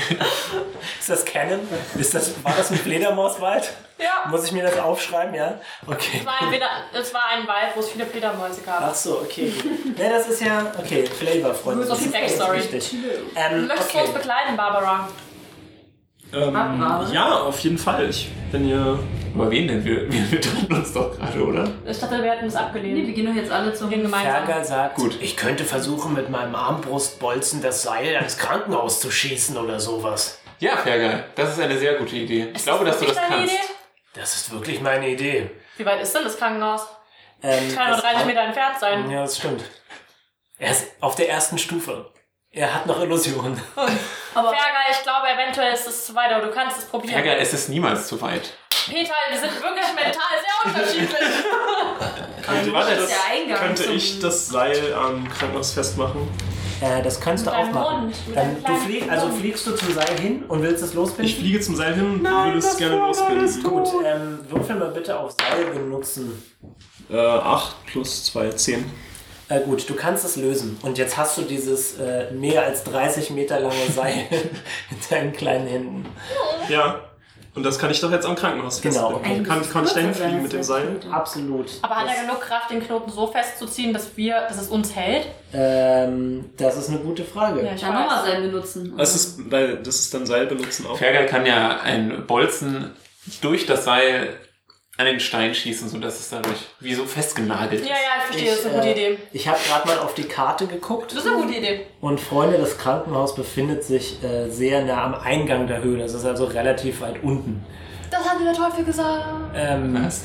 Ist das Canon? Ist das, war das ein Fledermauswald? Ja. Muss ich mir das aufschreiben, ja? Okay. Es war, ein Fleder- es war ein Wald, wo es viele Fledermäuse gab. Ah, Ach so, okay. Ne, das ist ja, okay, Flavor, Freunde. Nur so viel Das ist Backstory. Richtig. Ähm, Möchtest du uns okay. begleiten, Barbara? Ähm, Barbara? ja, auf jeden Fall. Ich, wenn ihr Über wen denn? Wir, wir, wir treffen uns doch gerade, oder? Ich dachte, wir hätten es Nee, wir abgelehnt. gehen doch jetzt alle zum. Wir gehen gemeinsam. Fergal sagt, Gut. ich könnte versuchen, mit meinem Armbrustbolzen das Seil ans Krankenhaus zu schießen oder sowas. Ja, Fergal, das ist eine sehr gute Idee. Ich glaube, dass du das Ist deine kannst. Idee? Das ist wirklich meine Idee. Wie weit ist denn das Krankenhaus? Ähm, Kann nur das- 30 Meter entfernt sein. Ja, das stimmt. Er ist auf der ersten Stufe. Er hat noch Illusionen. Aber Fergal, ich glaube, eventuell ist es zu weit, aber du kannst es probieren. Fergal, es ist niemals zu weit. Peter, wir sind wirklich mental sehr unterschiedlich. könnte das ich ist der Eingang das, könnte zum- ich das Seil am Krankenhaus festmachen. Äh, das kannst Mit du auch deinem machen. Mund, mit Dann, deinem du kleinen flieg, also Mund. fliegst du zum Seil hin und willst es Ich losbinden? fliege zum Seil hin und würde es gerne losbinden. Gut, ähm, würfel mal bitte auf Seil benutzen. Äh, 8 plus 2, 10. Äh, gut, du kannst es lösen. Und jetzt hast du dieses äh, mehr als 30 Meter lange Seil in deinen kleinen Händen. Ja. Und das kann ich doch jetzt am Krankenhaus Genau. festmachen. Kann, kann ich da hinfliegen mit dem Seil? Absolut. Aber hat das, er genug Kraft, den Knoten so festzuziehen, dass, wir, dass es uns hält? ähm, das ist eine gute Frage. Ja, ich Dann weiß. nochmal sein benutzen. Das ist, weil das ist dann Seil benutzen auch. Fergal kann ja einen Bolzen durch das Seil an den Stein schießen, sodass es dadurch wie so festgenagelt ist. Ja, ja, ich verstehe, das ist eine äh, gute Idee. Ich habe gerade mal auf die Karte geguckt Das ist eine gute Idee. und Freunde, das Krankenhaus befindet sich äh, sehr nah am Eingang der Höhle. Das ist also relativ weit unten. Das hat der Teufel gesagt. Ähm, Was?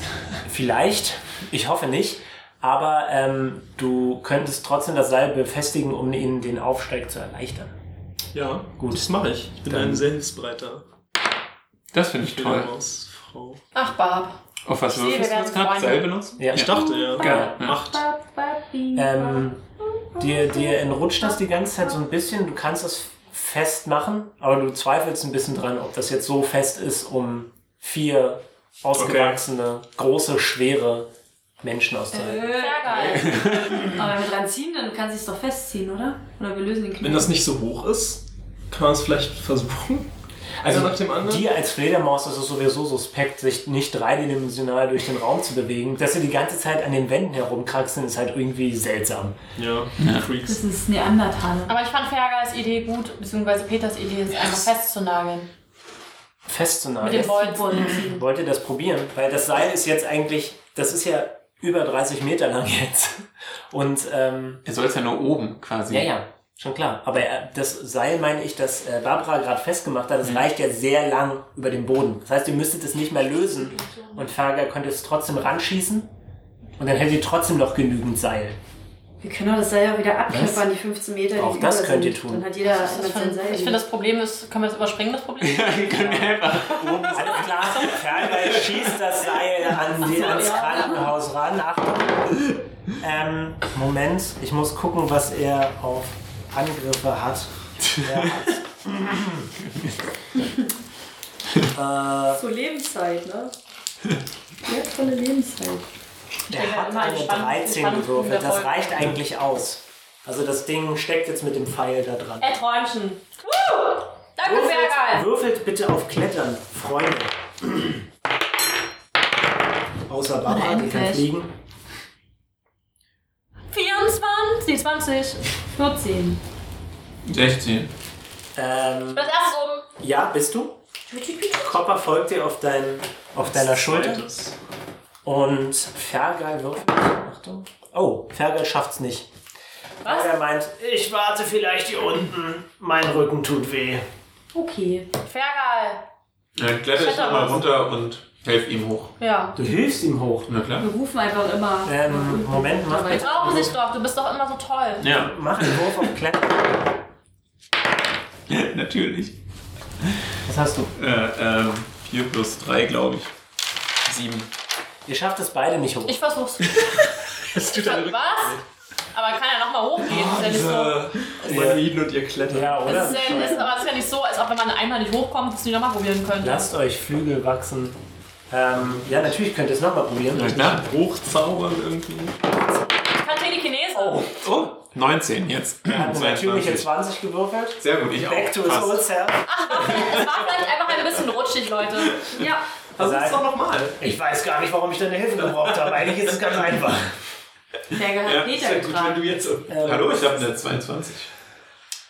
Vielleicht, ich hoffe nicht, aber ähm, du könntest trotzdem das Seil befestigen, um ihnen den Aufsteig zu erleichtern. Ja, Gut. gut. Das mache ich. Ich bin Dann- ein sehr hilfsbereiter Das finde ich Genau. toll. Fledermausfrau. Ach, Barb. Auf was Ich sehe, wir würfelst du werden jetzt gerade? Freunde. Seil benutzen? Ja. Ich dachte ja. Geil. Ja. Acht. Ähm, dir, dir entrutscht das die ganze Zeit so ein bisschen. Du kannst es festmachen, aber du zweifelst ein bisschen dran, ob das jetzt so fest ist, um vier ausgewachsene, große, schwere Menschen aus der Welt. Sehr geil. Äh, Aber wenn wir dran ziehen, dann kann sie es doch festziehen, oder? Oder wir lösen den Knick. Wenn das nicht so hoch ist, kann man es vielleicht versuchen. Also Einer nach dem anderen? dir als Fledermaus ist es sowieso suspekt, sich nicht dreidimensional durch den Raum zu bewegen. Dass sie die ganze Zeit an den Wänden herumkraxeln, ist halt irgendwie seltsam. Ja, Freaks. Das ist Neandertaler. Aber ich fand Fergals Idee gut, beziehungsweise Peters Idee ist einfach festzunageln. Mit Festzunageln. dem Bolzen. Wollt ihr das probieren? Weil das Seil ist jetzt eigentlich, das ist ja über 30 Meter lang jetzt. Und ähm, Er soll es ja nur oben quasi. Ja, ja, schon klar. Aber äh, das Seil, meine ich, das äh, Barbara gerade festgemacht hat, das Mhm. reicht ja sehr lang über den Boden. Das heißt, ihr müsstet es nicht mehr lösen und Farga könnte es trotzdem ranschießen und dann hättet ihr trotzdem noch genügend Seil. Wir können doch das Seil auch wieder abklappern, die 15 Meter, die Auch das über könnt ihr sind. tun. Dann hat jeder Das ist mit seinem schon- Seil. Ich finde, das Problem ist, können wir das überspringen, das Problem? Wir können einfach oben sein. Alles klar, Farga schießt das Seil an die, ans Krankenhaus ran. Achtung. Ähm, Moment, ich muss gucken, was er auf Angriffe hat. Er hat. äh, so Lebenszeit, ne? Wertvolle Lebenszeit. Der denke, hat immer eine entspannt- 13 entspannt gewürfelt. Das Erfolg. reicht eigentlich aus. Also das Ding steckt jetzt mit dem Pfeil da dran. Ey, Äh, Träumchen. Woo! Danke, Würfelt, Fergal. würfelt bitte auf Klettern, Freunde. Außer Barbara, die kann Nein, fliegen. 24, 20. 14. 16. Ähm, Das erste ist oben. ja, bist du? Copper folgt dir auf, dein, auf deiner Schulter. Zweites. Und Fergal würfelt. Achtung. Oh, Fergal schafft's nicht. Was? Fergal meint, ich warte vielleicht hier unten. Mein Rücken tut weh. Okay. Fergal. Dann kletter ich nochmal runter und helfe ihm hoch. Ja. Du hilfst ihm hoch. Na klar. Wir rufen einfach immer. Ähm, Moment, mach Wir brauchen dich doch, du bist doch immer so toll. Ja, Mach einen Wurf auf Klettern. natürlich. Was hast du? Äh, ähm, 4 plus 3, glaube ich. 7. Ihr schafft es beide nicht hoch. Ich versuch's. Es tut Äh, deine Rücken. Äh, Was? Aber kann ja nochmal hochgehen. ist ja nicht so. Diese Humanoiden und ihr Klettern. ja, Es ist, ja, es ist, aber es ist ja nicht so, als ob wenn man einmal nicht hochkommt, dass die nochmal probieren können. Lasst euch Flügel wachsen. Ähm, ja, natürlich könnt ihr es nochmal probieren. Na klar. Hochzaubern irgendwie. Ich kann Telekinese. Oh, 19 jetzt. Er hat eine natürliche 20 gewürfelt. Sehr gut, ich auch. Back to his Fast. old self. Es war vielleicht einfach ein bisschen rutschig, Leute. Ja. Versuch's Nein. doch nochmal. Also Ich weiß gar nicht, warum ich deine Hilfe gebraucht habe. Eigentlich ist es ganz einfach. Berger hat Ja, Peter Ist ja gut, wenn halt getragen. du jetzt. Hallo, ich habe eine 22.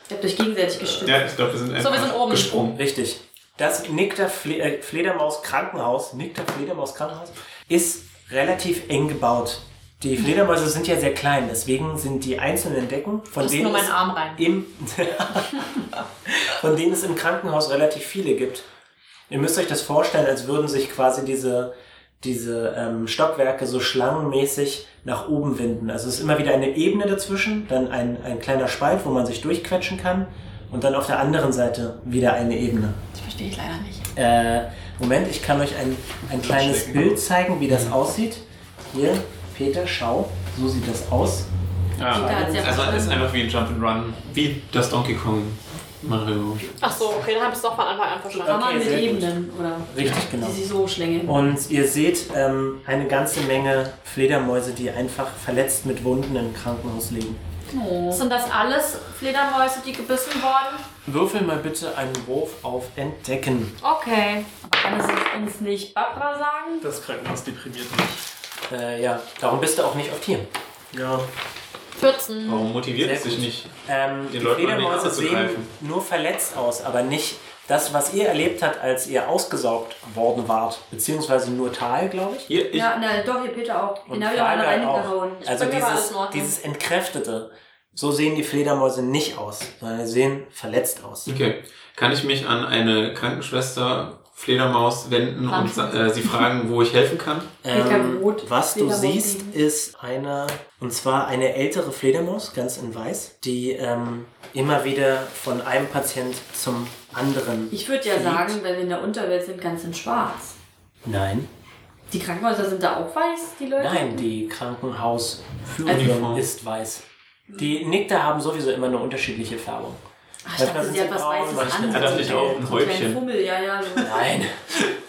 Ihr habt euch gegenseitig gestützt. Ja, ich glaube, wir sind einfach wir sind oben. gesprungen. Richtig. Das Nickter Fle äh, Fledermaus Krankenhaus, Nickter Fledermaus Krankenhaus, ist relativ eng gebaut. Die Fledermäuse sind ja sehr klein, deswegen sind die einzelnen Decken, von Passt denen nur mein es Arm rein. im, von denen es im Krankenhaus relativ viele gibt. Ihr müsst euch das vorstellen, als würden sich quasi diese, diese ähm, Stockwerke so schlangenmäßig nach oben winden. Also es ist immer wieder eine Ebene dazwischen, dann ein, ein kleiner Spalt, wo man sich durchquetschen kann und dann auf der anderen Seite wieder eine Ebene. Das verstehe ich leider nicht. Äh, Moment, ich kann euch ein, ein kleines Bild zeigen, wie das aussieht. Hier, Peter, schau, so sieht das aus. Peter Ah, hat sehr also es ist verstanden. einfach wie ein Jump'n'Run. Wie das Donkey Kong Mario. Ach so, okay, dann hab ich's doch von Anfang an verstanden. Kann man Okay, mit sehr gut. Ebenen, oder? Richtig, genau. Die sie so schlängeln. Und ihr seht ähm, eine ganze Menge Fledermäuse, die einfach verletzt mit Wunden im Krankenhaus liegen. Sind das alles Fledermäuse, die gebissen wurden? Würfel mal bitte einen Wurf auf Entdecken. Okay. Kann es uns nicht Barbara sagen? Das Krankenhaus deprimiert mich. Äh, ja, darum bist du auch nicht auf Tier. Ja. 14. Warum motiviert Sehr es sich gut. nicht? Ähm, die Den Leuten an die Fledermäuse Nase zu sehen greifen. nur verletzt aus, aber nicht das, was ihr erlebt habt, als ihr ausgesaugt worden wart. Beziehungsweise nur Tal, glaube ich. Hier, ich, Ja, na, doch, hier Peter auch. Den Genau, habe ich auch Fraga alle auch. reingehauen. Also Bei mir war alles dieses, in Ordnung. dieses Entkräftete. So sehen die Fledermäuse nicht aus, sondern sie sehen verletzt aus. Okay. Kann ich mich an eine Krankenschwester Fledermaus wenden und sa- äh, sie fragen, wo ich helfen kann? Peter Roth, Ähm, was du Fledermaus siehst, lieben. ist eine, und zwar eine ältere Fledermaus, ganz in weiß, die ähm, immer wieder von einem Patient zum anderen. Ich würde ja sagen, wenn wir in der Unterwelt sind, ganz in schwarz. Nein. Die Krankenhäuser sind da auch weiß, die Leute? Nein, die Krankenhausführerin Also- ist weiß. Die Nickter haben sowieso immer eine unterschiedliche Färbung. Ach, ich dachte, sie hat was Weißes an. Da Ah, dachte ich auch, ein So ein kleiner Häubchen. Fummel, ja, ja. So. Nein.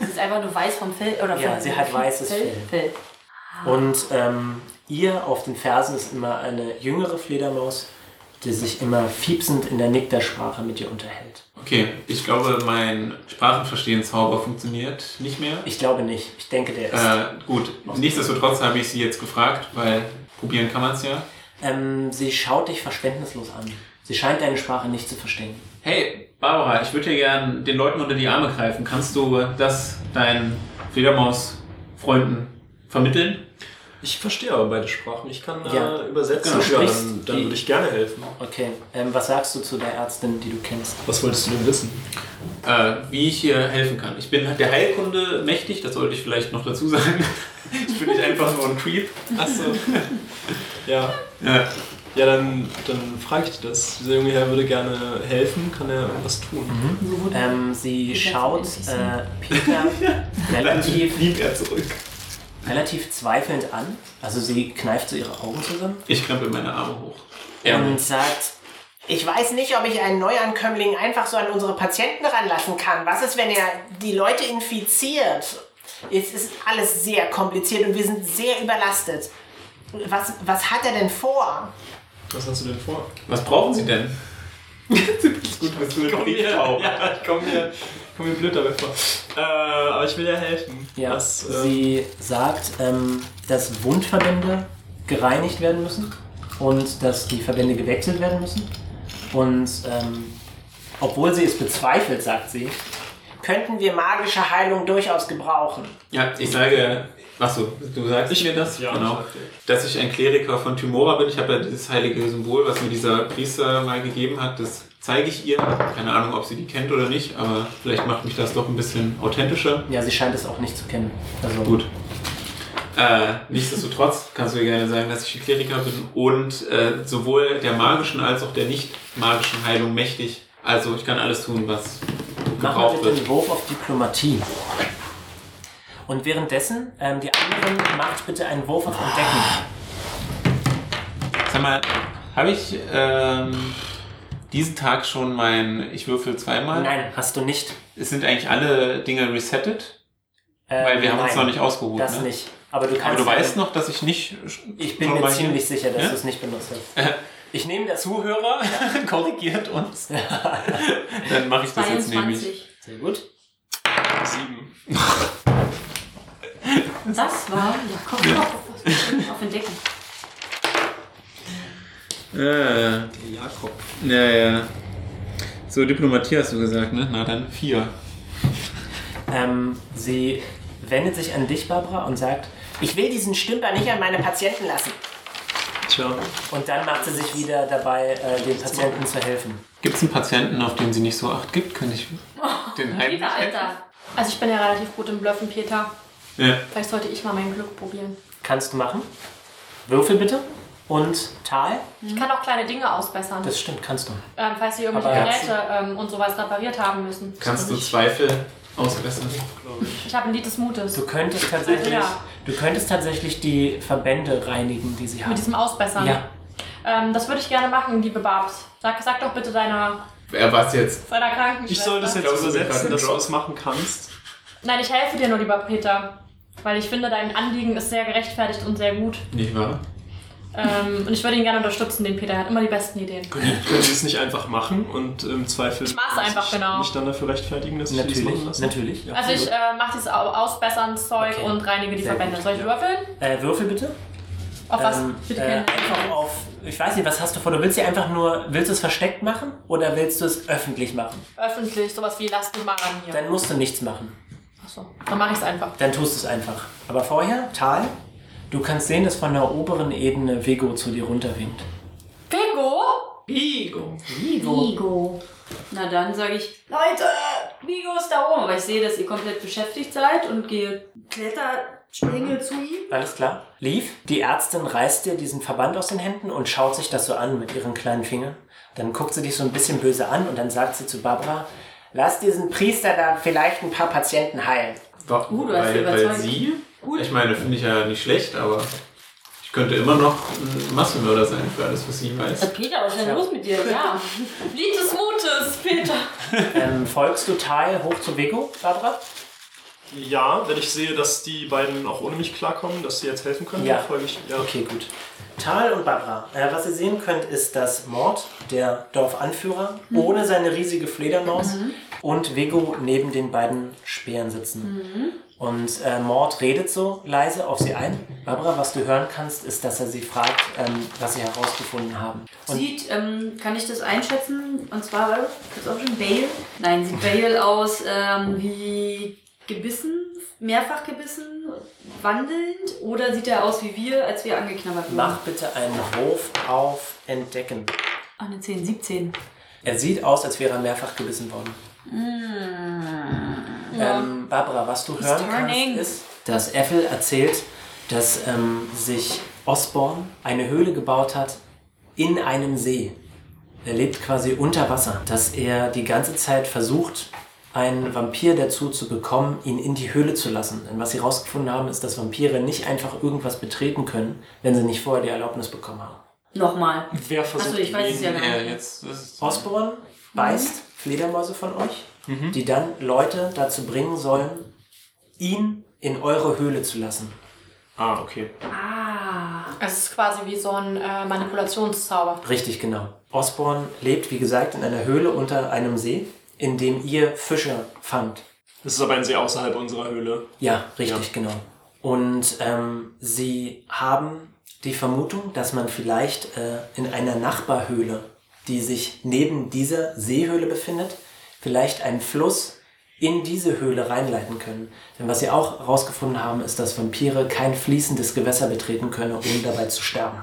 Sie ist einfach nur weiß vom Fell. Oder Ja, vom sie hat weißes Fell. Fell. Ah. Und ähm, ihr auf den Fersen ist immer eine jüngere Fledermaus, die sich immer fiepsend in der Niktersprache mit ihr unterhält. Okay, ich glaube, mein Sprachenverstehenzauber funktioniert nicht mehr. Ich glaube nicht. Ich denke, der ist. Äh, gut, nichtsdestotrotz habe ich sie jetzt gefragt, weil probieren kann man es ja. Ähm, sie schaut dich verständnislos an. Sie scheint deine Sprache nicht zu verstehen. Hey, Barbara, ich würde dir gern den Leuten unter die Arme greifen. Kannst du das deinen Fledermaus-Freunden vermitteln? Ich verstehe aber beide Sprachen. Ich kann äh, Ja. übersetzen. Genau. Ja, Sprichst dann, dann die- würde ich gerne helfen. Okay. Ähm, was sagst du zu der Ärztin, die du kennst? Was wolltest du denn wissen? Äh, wie ich hier helfen kann. Ich bin der Heilkunde mächtig, das sollte ich vielleicht noch dazu sagen. Ich bin nicht einfach nur ein Creep. Achso. ja. Ja. Ja, dann, dann frage ich dich das. Dieser junge Herr würde gerne helfen. Kann er irgendwas tun? So wund- Ähm, sie Die ganzen schaut Indizien. äh, Peter relativ, blieb er zurück. relativ zweifelnd an. Also sie kneift so ihre Augen zusammen Ich krempel meine Arme hoch. Ja. Ähm, Mhm. und sagt, Ich weiß nicht, ob ich einen Neuankömmling einfach so an unsere Patienten ranlassen kann. Was ist, wenn er die Leute infiziert? Es ist alles sehr kompliziert und wir sind sehr überlastet. Was, was hat er denn vor? Was hast du denn vor? Was brauchen Sie denn? Gut, was du Komm mir, ja, komm mir, komm mir blöd dabei vor. Äh, aber ich will ja helfen. ja, Was, äh, sie sagt, ähm, dass Wundverbände gereinigt werden müssen und dass die Verbände gewechselt werden müssen. Und ähm, obwohl sie es bezweifelt, sagt sie, Könnten wir magische Heilung durchaus gebrauchen? Ja, ich sage, achso, du sagst mir das? ja, genau. ich sag dir. Dass ich ein Kleriker von Tymora bin. Ich habe ja dieses heilige Symbol, was mir dieser Priester mal gegeben hat. Das zeige ich ihr. Keine Ahnung, ob sie die kennt oder nicht, aber vielleicht macht mich das doch ein bisschen authentischer. ja, sie scheint es auch nicht zu kennen. Also Gut. Äh, nichtsdestotrotz kannst du dir gerne sagen, dass ich ein Kleriker bin und äh, sowohl der magischen als auch der nicht magischen Heilung mächtig. Also ich kann alles tun, was Mach mal gebraucht bitte einen wird. Wurf auf Diplomatie. Und währenddessen, ähm, die anderen, macht bitte einen Wurf auf Entdecken. Sag mal, habe ich ähm, diesen Tag schon mein Ich würfel zweimal? Nein, hast du nicht. Es sind eigentlich alle Dinge resettet, Ähm, weil wir haben nein, uns noch nicht ausgeholt. Das ne? nicht. Aber du Aber kannst. du weißt noch, dass ich nicht. Ich bin schon mir mal- ziemlich sicher, dass Ja? du es nicht benutzt hast. Ich nehme das Zuhörer korrigiert uns. Dann mache ich das jetzt nämlich. 22. Sehr gut. Sieben. Das war, ja komm, auf, auf Entdecken. Äh, Jakob. ja, ja. So, Diplomatie hast du gesagt, ne? Na dann vier. Ähm, sie wendet sich an dich, Barbara, und sagt, Ich will diesen Stümper nicht an meine Patienten lassen. Tja. und dann macht sie sich wieder dabei, äh, den Patienten zu helfen. Gibt es einen Patienten, auf den sie nicht so acht gibt? Kann ich den heim? Oh, Peter, Alter. Also ich bin ja relativ gut im Blöffen, Peter. Ja. Vielleicht sollte ich mal mein Glück probieren. Kannst du machen? Würfel bitte. Und Tal? Ich kann auch kleine Dinge ausbessern, Das stimmt, kannst du. ähm, falls sie irgendwelche Aber- Geräte ähm, und sowas repariert haben müssen. Kannst du Zweifel ausbessern? Ich habe ein Lied des Mutes. Du könntest also tatsächlich, Ja. du könntest tatsächlich die Verbände reinigen, die sie haben. Mit diesem Ausbessern. Ja. Ähm, das würde ich gerne machen, liebe Babs. Sag, sag doch bitte deiner, Er war es jetzt. deiner Krankenschwester. Ich soll das jetzt Glaubst du, wir übersetzen, können dass du drauf? das machen kannst. Nein, ich helfe dir nur, lieber Peter. Weil ich finde, dein Anliegen ist sehr gerechtfertigt und sehr gut. Nicht wahr? Ähm, und ich würde ihn gerne unterstützen, den Peter. Er hat immer die besten Ideen. Können können sie es nicht einfach machen und im Zweifel Ich mach's einfach, sich genau. mich dann dafür rechtfertigen, dass ich das machen Natürlich, lasse? natürlich. Ja, Also ich absolut. äh, mache dieses Au- Ausbessern-Zeug Okay. und reinige die Sehr Verbände. gut, Soll ich ja. würfeln? Äh, Würfel bitte. Auf was? Ähm, bitte äh, gerne. Genau. einfach auf. Ich weiß nicht, was hast du vor? Du willst sie einfach nur. Willst du es versteckt machen oder willst du es öffentlich machen? Öffentlich, sowas wie lass mich mal ran hier. Dann musst du nichts machen. Achso, dann mache ich es einfach. Dann tust du es einfach. Aber vorher, Tal, du kannst sehen, dass von der oberen Ebene Vego zu dir runterwinkt. Bingo! Bigo. Vigo. Na dann sage ich, Leute, Vigo ist da oben. Aber ich sehe, dass ihr komplett beschäftigt seid und gehe Kletterschlängel zu ihm. Alles klar? Lief. Die Ärztin reißt dir diesen Verband aus den Händen und schaut sich das so an mit ihren kleinen Fingern. Dann guckt sie dich so ein bisschen böse an und dann sagt sie zu Barbara, Lass diesen Priester da vielleicht ein paar Patienten heilen. Warum? Uh, du hast weil, weil überzeugt. sie? Gut. Ich meine, finde ich ja nicht schlecht, aber ich Könnte immer noch ein Massenmörder sein, für alles, was ich weiß. Peter, was ist denn los mit dir? Ja. Lied des Mutes, Peter. Ähm, folgst du Tal hoch zu Vigo, Barbara? Ja, wenn ich sehe, dass die beiden auch ohne mich klarkommen, dass sie jetzt helfen können, Ja. dann folge ich. Ja. Okay, gut. Tal und Barbara, äh, was ihr sehen könnt, ist, dass Mord, der Dorfanführer, ohne seine riesige Fledermaus und Vigo neben den beiden Speeren sitzen. Und äh, Mord redet so leise auf sie ein. Barbara, was du hören kannst, ist, dass er sie fragt, ähm, was sie herausgefunden haben. Und Sieht, ähm, kann ich das einschätzen? Und zwar, warte, gibt's auch schon Bale? Nein, sieht Bale aus ähm, wie gebissen, mehrfach gebissen, wandelnd? Oder sieht er aus wie wir, als wir angeknabbert wurden? mach bitte einen Wurf auf Entdecken. Ach, Ah, eine 10, 17. Er sieht aus, als wäre er mehrfach gebissen worden. Ähm, Barbara, was du hören turning. kannst, ist, dass Ethel erzählt, dass ähm, sich Osborn eine Höhle gebaut hat in einem See. Er lebt quasi unter Wasser. Dass er die ganze Zeit versucht, einen Vampir dazu zu bekommen, ihn in die Höhle zu lassen. Denn was sie herausgefunden haben, ist, dass Vampire nicht einfach irgendwas betreten können, wenn sie nicht vorher die Erlaubnis bekommen haben. Nochmal. Wer Achso, ich weiß es ja gar nicht. Ja, jetzt das ist Osborn beißt Fledermäuse von euch, die dann Leute dazu bringen sollen, ihn in eure Höhle zu lassen. Ah, okay. Es ist quasi wie so ein äh, Manipulationszauber. Richtig, genau. Osborn lebt, wie gesagt, in einer Höhle unter einem See, in dem ihr Fische fangt. Das ist aber ein See außerhalb unserer Höhle. Ja, richtig, genau. Und ähm, sie haben die Vermutung, dass man vielleicht äh, in einer Nachbarhöhle, die sich neben dieser Seehöhle befindet, vielleicht einen Fluss in diese Höhle reinleiten können. Denn was sie auch herausgefunden haben, ist, dass Vampire kein fließendes Gewässer betreten können, ohne dabei zu sterben.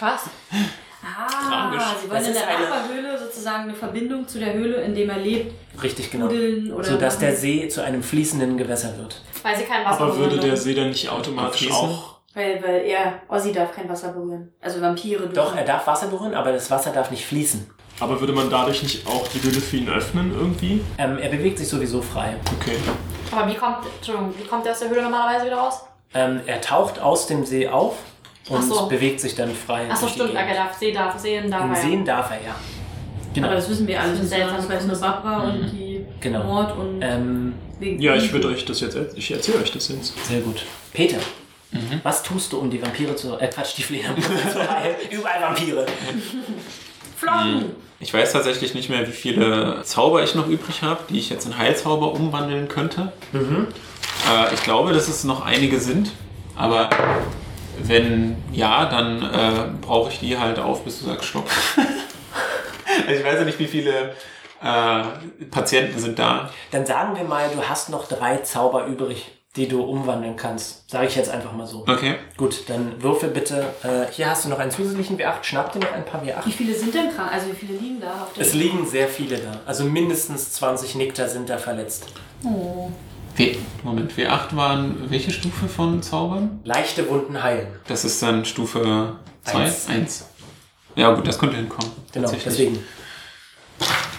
Was? Ah, sie wollen Das in der ist eine- Nachbarhöhle sozusagen eine Verbindung zu der Höhle, in dem er lebt. Richtig, genau. Nudeln oder Sodass der machen. See zu einem fließenden Gewässer wird. Weil sie kein Wasser Aber würde berühren. der See dann nicht automatisch Fließen? auch. Weil, weil er, Ozzy Oh, darf kein Wasser berühren. Also Vampire dürfen. Doch, er darf Wasser berühren, aber das Wasser darf nicht fließen. Aber würde man dadurch nicht auch die Höhle für ihn öffnen irgendwie? Ähm, er bewegt sich sowieso frei. Okay. Aber wie kommt, Entschuldigung, wie kommt der aus der Höhle normalerweise wieder raus? Ähm, er taucht aus dem See auf und Ach so. bewegt sich dann frei. Achso, durch die stimmt, er Gegend. darf, See darf, Sehen darf. Und er ja. sehen darf er ja. Aber Genau. das wissen wir alle. Das Das ist seltsam. seltsam. weiß nur Barbara und die Genau. Mord und Ähm, wegen Ja, ich würde euch das jetzt. Ich erzähle euch das jetzt. sehr gut. Peter, was tust du, um die Vampire zu. Äh, Quatsch, die Fledermäuse zu heilen? Überall Vampire. Flocken! Ich weiß tatsächlich nicht mehr, wie viele Zauber ich noch übrig habe, die ich jetzt in Heilzauber umwandeln könnte. Mhm. Äh, ich glaube, dass es noch einige sind, aber wenn ja, dann äh, brauche ich die halt auf, bis du sagst Stopp. also ich weiß ja nicht, wie viele äh, Patienten sind da. Dann sagen wir mal, du hast noch drei Zauber übrig, die du umwandeln kannst. Sage ich jetzt einfach mal so. Okay. Gut, dann würfel bitte. Äh, hier hast du noch einen zusätzlichen W8. Schnapp dir noch ein paar W8. Wie viele sind denn krank? Also wie viele liegen da auf der Es liegen sehr viele da. Also mindestens 20 Nikter sind da verletzt. W Moment, W8 waren welche Stufe von Zaubern? Leichte Wunden heilen. Das ist dann Stufe 2? Eins. 1. Ja gut, das könnte hinkommen. Genau, tatsächlich. deswegen.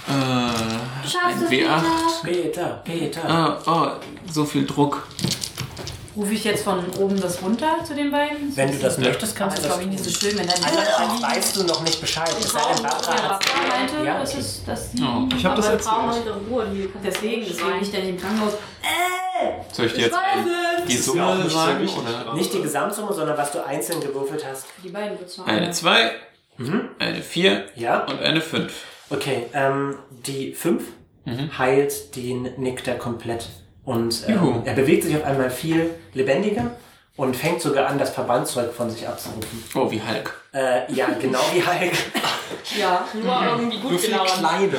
Äh, ein es, W8. Peter, Peter. Ah, oh, so viel Druck. Rufe ich jetzt von oben das runter zu den beiden? Wenn du das möchtest, Aber kannst das du das. Also, ist, glaube ich, nicht so schön, wenn dann die Aber Leute auch weißt du noch nicht Bescheid. Es sei denn, Barbara hat- Ich meinte, Ja, das okay. ist das die. Oh, Ich habe das Aber brauchen wir erzählt. nicht in Ruhe. die können Deswegen, deswegen schreien. ich dann im Krankenhaus. Soll ich dir Ich jetzt weiß ein- die ist ja auch Summe nicht sehr sagen? wichtig, Oder? oder? Nicht die Gesamtsumme, sondern was du einzeln gewürfelt hast. Die beiden wird's noch Eine 2, eine 4 Ja. und eine 5. Okay, ähm, die 5 Mhm. heilt den Nikter komplett. Und ähm, Juhu. er bewegt sich auf einmal viel lebendiger und fängt sogar an, das Verbandzeug von sich abzurufen. Oh, wie Hulk. Äh, ja, genau wie Hulk. Ja. Nur irgendwie gut gelauert. kleiner.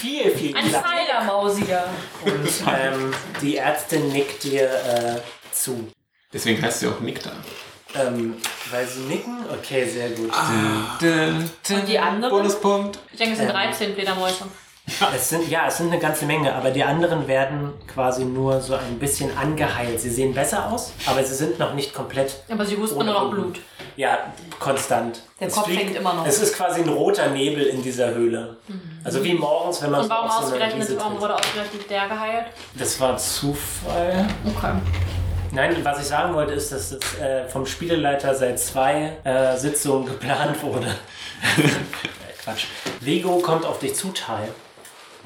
viel, viel Ein kleiner. Pfeilermausiger. Und ähm, die Ärztin nickt dir äh, zu. Deswegen heißt sie auch Nikta. Ähm, weil sie nicken? Okay, sehr gut. Ah. Äh, Und die anderen? Bonuspunkt. Ich denke, es Ähm. sind 13 Fledermäuse. Es sind, ja, es sind eine ganze Menge, aber die anderen werden quasi nur so ein bisschen angeheilt. Sie sehen besser aus, aber sie sind noch nicht komplett. Aber sie husten ohne immer noch Wunden. Blut. Ja, konstant. Der Kopf hängt immer noch. Mhm. Es ist quasi ein roter Nebel in dieser Höhle. Also wie morgens, wenn man Und warum auf so eine ausgerechnet, Wiese warum tritt. wurde ausgerechnet der geheilt? Das war Zufall. Okay. Nein, was ich sagen wollte, ist, dass es äh, vom Spieleleiter seit zwei äh, Sitzungen geplant wurde. Äh, Quatsch. Lego kommt auf dich zu, Teil,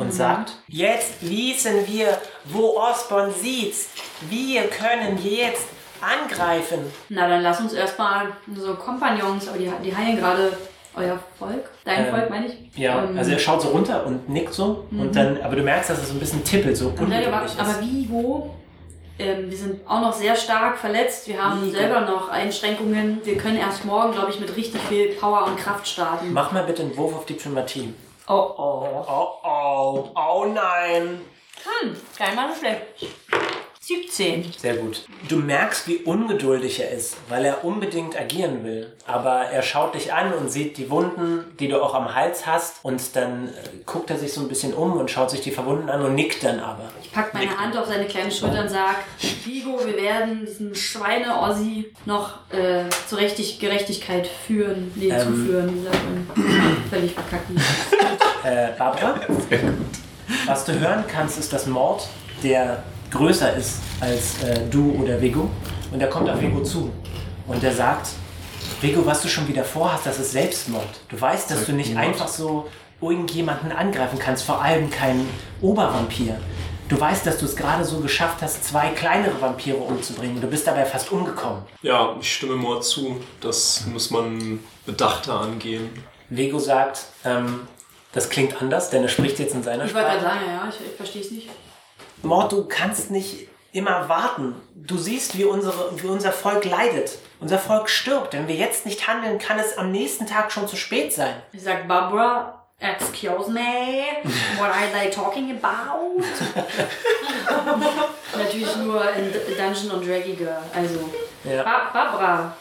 Mhm. und sagt, Jetzt wissen wir, wo Osborn sieht. Wir können jetzt angreifen. Na, dann lass uns erstmal so Kompagnons, aber die, die heilen gerade euer Volk. Dein Ähm, Volk, meine ich. ja, Ähm, also er schaut so runter und nickt so, und dann, aber du merkst, dass es so ein bisschen tippelt, Mhm. so Und unglücklich leider war, ist. aber Vigo, ähm, wir sind auch noch sehr stark verletzt. Wir haben selber noch Einschränkungen. Wir können erst morgen, glaube ich, mit richtig viel Power und Kraft starten. Mach mal bitte einen Wurf auf Diplomatie. Oh, oh. Oh oh, oh nein. Kein Mann ist schlecht. 17. Sehr gut. Du merkst, wie ungeduldig er ist, weil er unbedingt agieren will. Aber er schaut dich an und sieht die Wunden, die du auch am Hals hast. Und dann äh, guckt er sich so ein bisschen um und schaut sich die Verwunden an und nickt dann aber. Ich packe meine Hand auf seine kleinen Schultern und sage, Vigo, wir werden diesen Schweine-Ossi noch äh, zur Richtig Gerechtigkeit führen. Nee, Ähm. zuführen. sagt man. Völlig verkacken. Äh, Barbara, was du hören kannst, ist das Mord, der größer ist als äh, du oder Vigo. Und er kommt auf Vigo zu. Und er sagt, Vigo, was du schon wieder vorhast, das ist Selbstmord. Du weißt, dass du nicht einfach so irgendjemanden angreifen kannst, vor allem keinen Obervampir. Du weißt, dass du es gerade so geschafft hast, zwei kleinere Vampire umzubringen. Du bist dabei fast umgekommen. Ja, ich stimme Moore zu. Das muss man bedachter angehen. Vigo sagt, ähm, das klingt anders, denn er spricht jetzt in seiner Ich wollte gerade sagen, ja, ja, ich, ich verstehe es nicht. Mord, du kannst nicht immer warten. Du siehst, wie, unsere, wie unser Volk leidet. Unser Volk stirbt. Wenn wir jetzt nicht handeln, kann es am nächsten Tag schon zu spät sein. Ich sage, Barbara, excuse me, what are they talking about? Natürlich nur in D- Dungeon und Draggy Girl. Also, Ja. ba Barbara,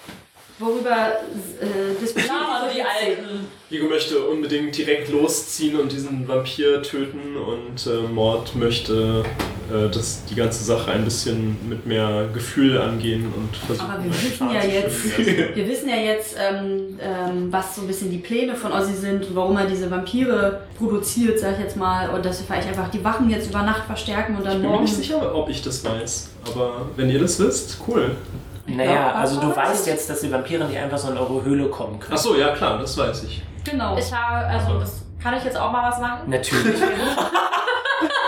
worüber äh, diskutieren Da waren die Alten. Diego möchte unbedingt direkt losziehen und diesen Vampir töten und äh, Mord möchte äh, das, die ganze Sache ein bisschen mit mehr Gefühl angehen und versuchen. Aber wir wissen ja Schaden zu jetzt, schiffen. wir wissen ja jetzt ähm, ähm, was so ein bisschen die Pläne von Ozzy sind, warum er diese Vampire produziert, sag ich jetzt mal, und dass wir vielleicht einfach die Wachen jetzt über Nacht verstärken und dann Ich bin mir morgen. nicht sicher, ob ich das weiß, aber wenn ihr das wisst, cool. Naja, Ja, also du aber- weißt jetzt, dass die Vampire nicht einfach so in eure Höhle kommen können. Achso, ja klar, das weiß ich. Genau. Ich habe, also das kann ich jetzt auch mal was machen. Natürlich.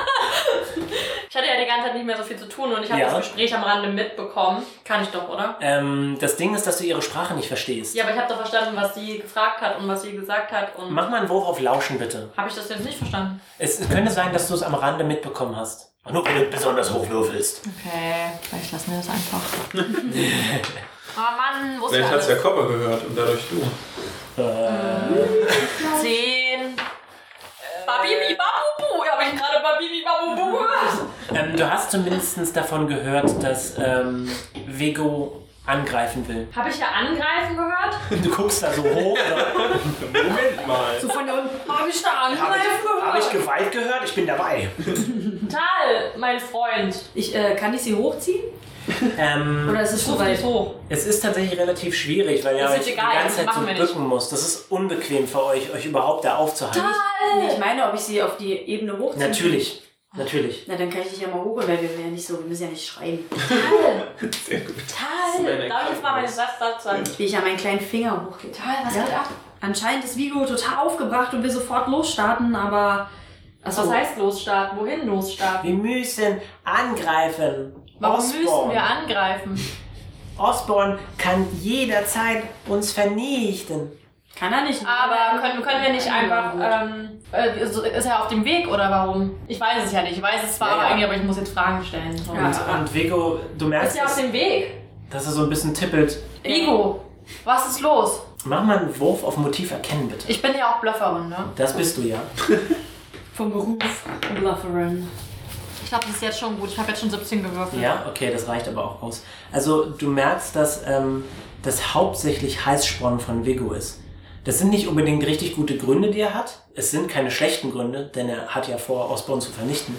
Ich hatte ja die ganze Zeit nicht mehr so viel zu tun und ich habe Ja. das Gespräch am Rande mitbekommen. Kann ich doch, oder? ähm, das Ding ist, dass du ihre Sprache nicht verstehst. Ja, aber ich habe doch verstanden, was sie gefragt hat und was sie gesagt hat und Mach mal einen Wurf auf Lauschen, bitte. habe ich das jetzt nicht verstanden. Es könnte sein, dass du es am Rande mitbekommen hast. Und nur wenn du besonders hoch würfelst. Okay, vielleicht lassen wir das einfach. oh Mann, wusste Vielleicht hat es ja alles. Copper gehört und dadurch du. Zehn. Babibi Babubu. Ja, habe ich gerade Babibi Babubu gehört. Ähm, du hast zumindest davon gehört, dass ähm, Vego angreifen will. Habe ich ja angreifen gehört? Du guckst da so hoch. oder? Moment mal. Von der habe ich da angreifen Habe ich Gewalt gehört? Ich bin dabei. Tal, mein Freund. Ich, äh, kann ich sie hochziehen? ähm, Oder ist es schon Ruf dich weit? hoch. es ist tatsächlich relativ schwierig, weil ihr Ist euch jetzt die egal, ganze Zeit so machen wir nicht. bücken muss. Das ist unbequem für euch, euch überhaupt da aufzuhalten. Nee, Ich meine, ob ich sie auf die Ebene hochziehe. Natürlich, natürlich. Na, dann kann ich dich ja mal hoch, weil wir werden nicht so, wir müssen ja nicht schreien. Tal. meine Tal. Darf ich jetzt mal meinen Satz dazu sagen? Wie ich ja meinen kleinen Finger hochgehe. Tal, was Ja. geht ab? Anscheinend ist Vigo total aufgebracht und will sofort losstarten, aber. Achso, Was heißt losstarten? Wohin losstarten? Wir müssen angreifen. Warum Osborn. müssen wir angreifen? Osborn kann jederzeit uns vernichten. Kann er nicht. Aber können, können wir nicht einfach. Ähm, äh, so- ist er auf dem Weg oder warum? Ich weiß es ja nicht. Ich weiß es zwar Ja, aber ja. eigentlich, aber ich muss jetzt Fragen stellen. So. Und, und Vego, du merkst, Ist er auf dass, dem Weg? dass er so ein bisschen tippelt. Vigo, was ist los? Mach mal einen Wurf auf Motiv erkennen, bitte. Ich bin ja auch Blufferin, ne? Das bist du ja. Vom Beruf Blufferin. Ich glaube, das ist jetzt schon gut. Ich habe jetzt schon 17 gewürfelt. Ja, okay, das reicht aber auch aus. Also du merkst, dass ähm, das hauptsächlich Heißsporn von Vigo ist. Das sind nicht unbedingt richtig gute Gründe, die er hat. Es sind keine schlechten Gründe, denn er hat ja vor, Osborn zu vernichten.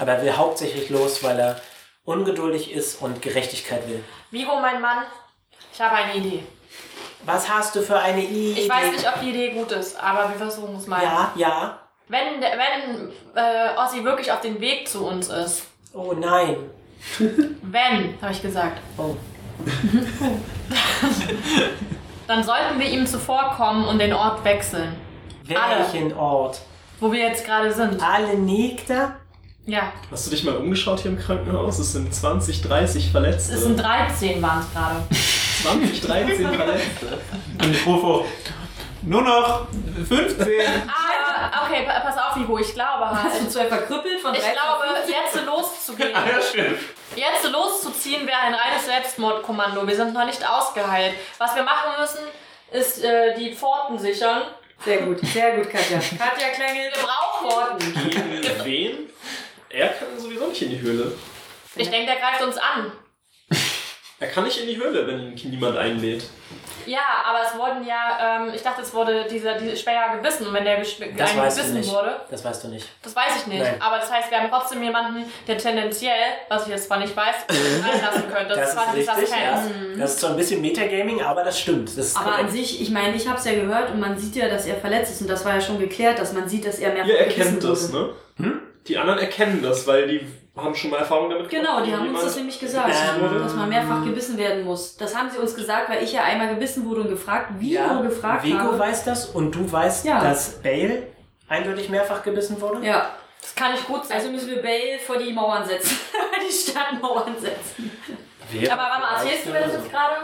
Aber er will hauptsächlich los, weil er ungeduldig ist und Gerechtigkeit will. Vigo, mein Mann, ich habe eine Idee. Was hast du für eine Idee? Ich weiß nicht, ob die Idee gut ist, aber wir versuchen es mal. Ja, ja. Wenn, der- wenn äh, Ossi wirklich auf dem Weg zu uns ist, Oh nein. Wenn, habe ich gesagt. Oh. Dann sollten wir ihm zuvorkommen und den Ort wechseln, Welchen Ort? wo wir jetzt gerade sind. Alle Nikta? Ja, Hast du dich mal umgeschaut hier im Krankenhaus? Es sind 20, 30 Verletzte. es sind 13 waren es gerade. 20, 13 Verletzte. Und ich rufe auch, nur noch 15. Aber, Ah, okay, pa- pass auf, Nico, ich glaube Hast du halt. zu etwa verkrüppelt von Ich 13? glaube, jetzt loszugehen. ja, stimmt. Jetzt loszuziehen wäre ein reines Selbstmordkommando. Wir sind noch nicht ausgeheilt. Was wir machen müssen, ist äh, die Pforten sichern. Sehr gut, sehr gut, Katja. Katja Wir klingelt. brauchen Pforten. Gegen wen? Er kann sowieso nicht in die Höhle. Ich denke, der greift uns an. Er kann nicht in die Höhle, wenn ihn niemand einlädt. Ja, aber es wurden ja, ähm, ich dachte, es wurde dieser, dieser Speer gebissen. Und wenn der gesp- Das einen weißt du gebissen nicht. wurde, Das weißt du nicht. das weiß ich nicht. Nein. Aber das heißt, wir haben trotzdem jemanden, der tendenziell, was ich jetzt zwar nicht weiß, reinlassen könnte. Das, war Mhm. ist richtig, kein- ja. Das ist zwar ein bisschen Metagaming, aber das stimmt. Das ist Aber Ah, an korrekt. sich, ich meine, ich habe es ja gehört und man sieht ja, dass er verletzt ist und das war ja schon geklärt, dass man sieht, dass er mehrfach Ihr gebissen erkennt das, wurde. ne? Die anderen erkennen das, weil die haben schon mal Erfahrung damit Genau, die haben uns das nämlich gesagt, Ähm, dass man mehrfach gebissen werden muss. Das haben sie uns gesagt, weil ich ja einmal gebissen wurde und gefragt, wie ja, nur gefragt Vigo habe. weiß das und du weißt, Ja. dass Bale eindeutig mehrfach gebissen wurde? ja, Das kann nicht gut sein. also müssen wir Bale vor die Mauern setzen, die Stadtmauern setzen. aber warum erzählst du mir das jetzt gerade?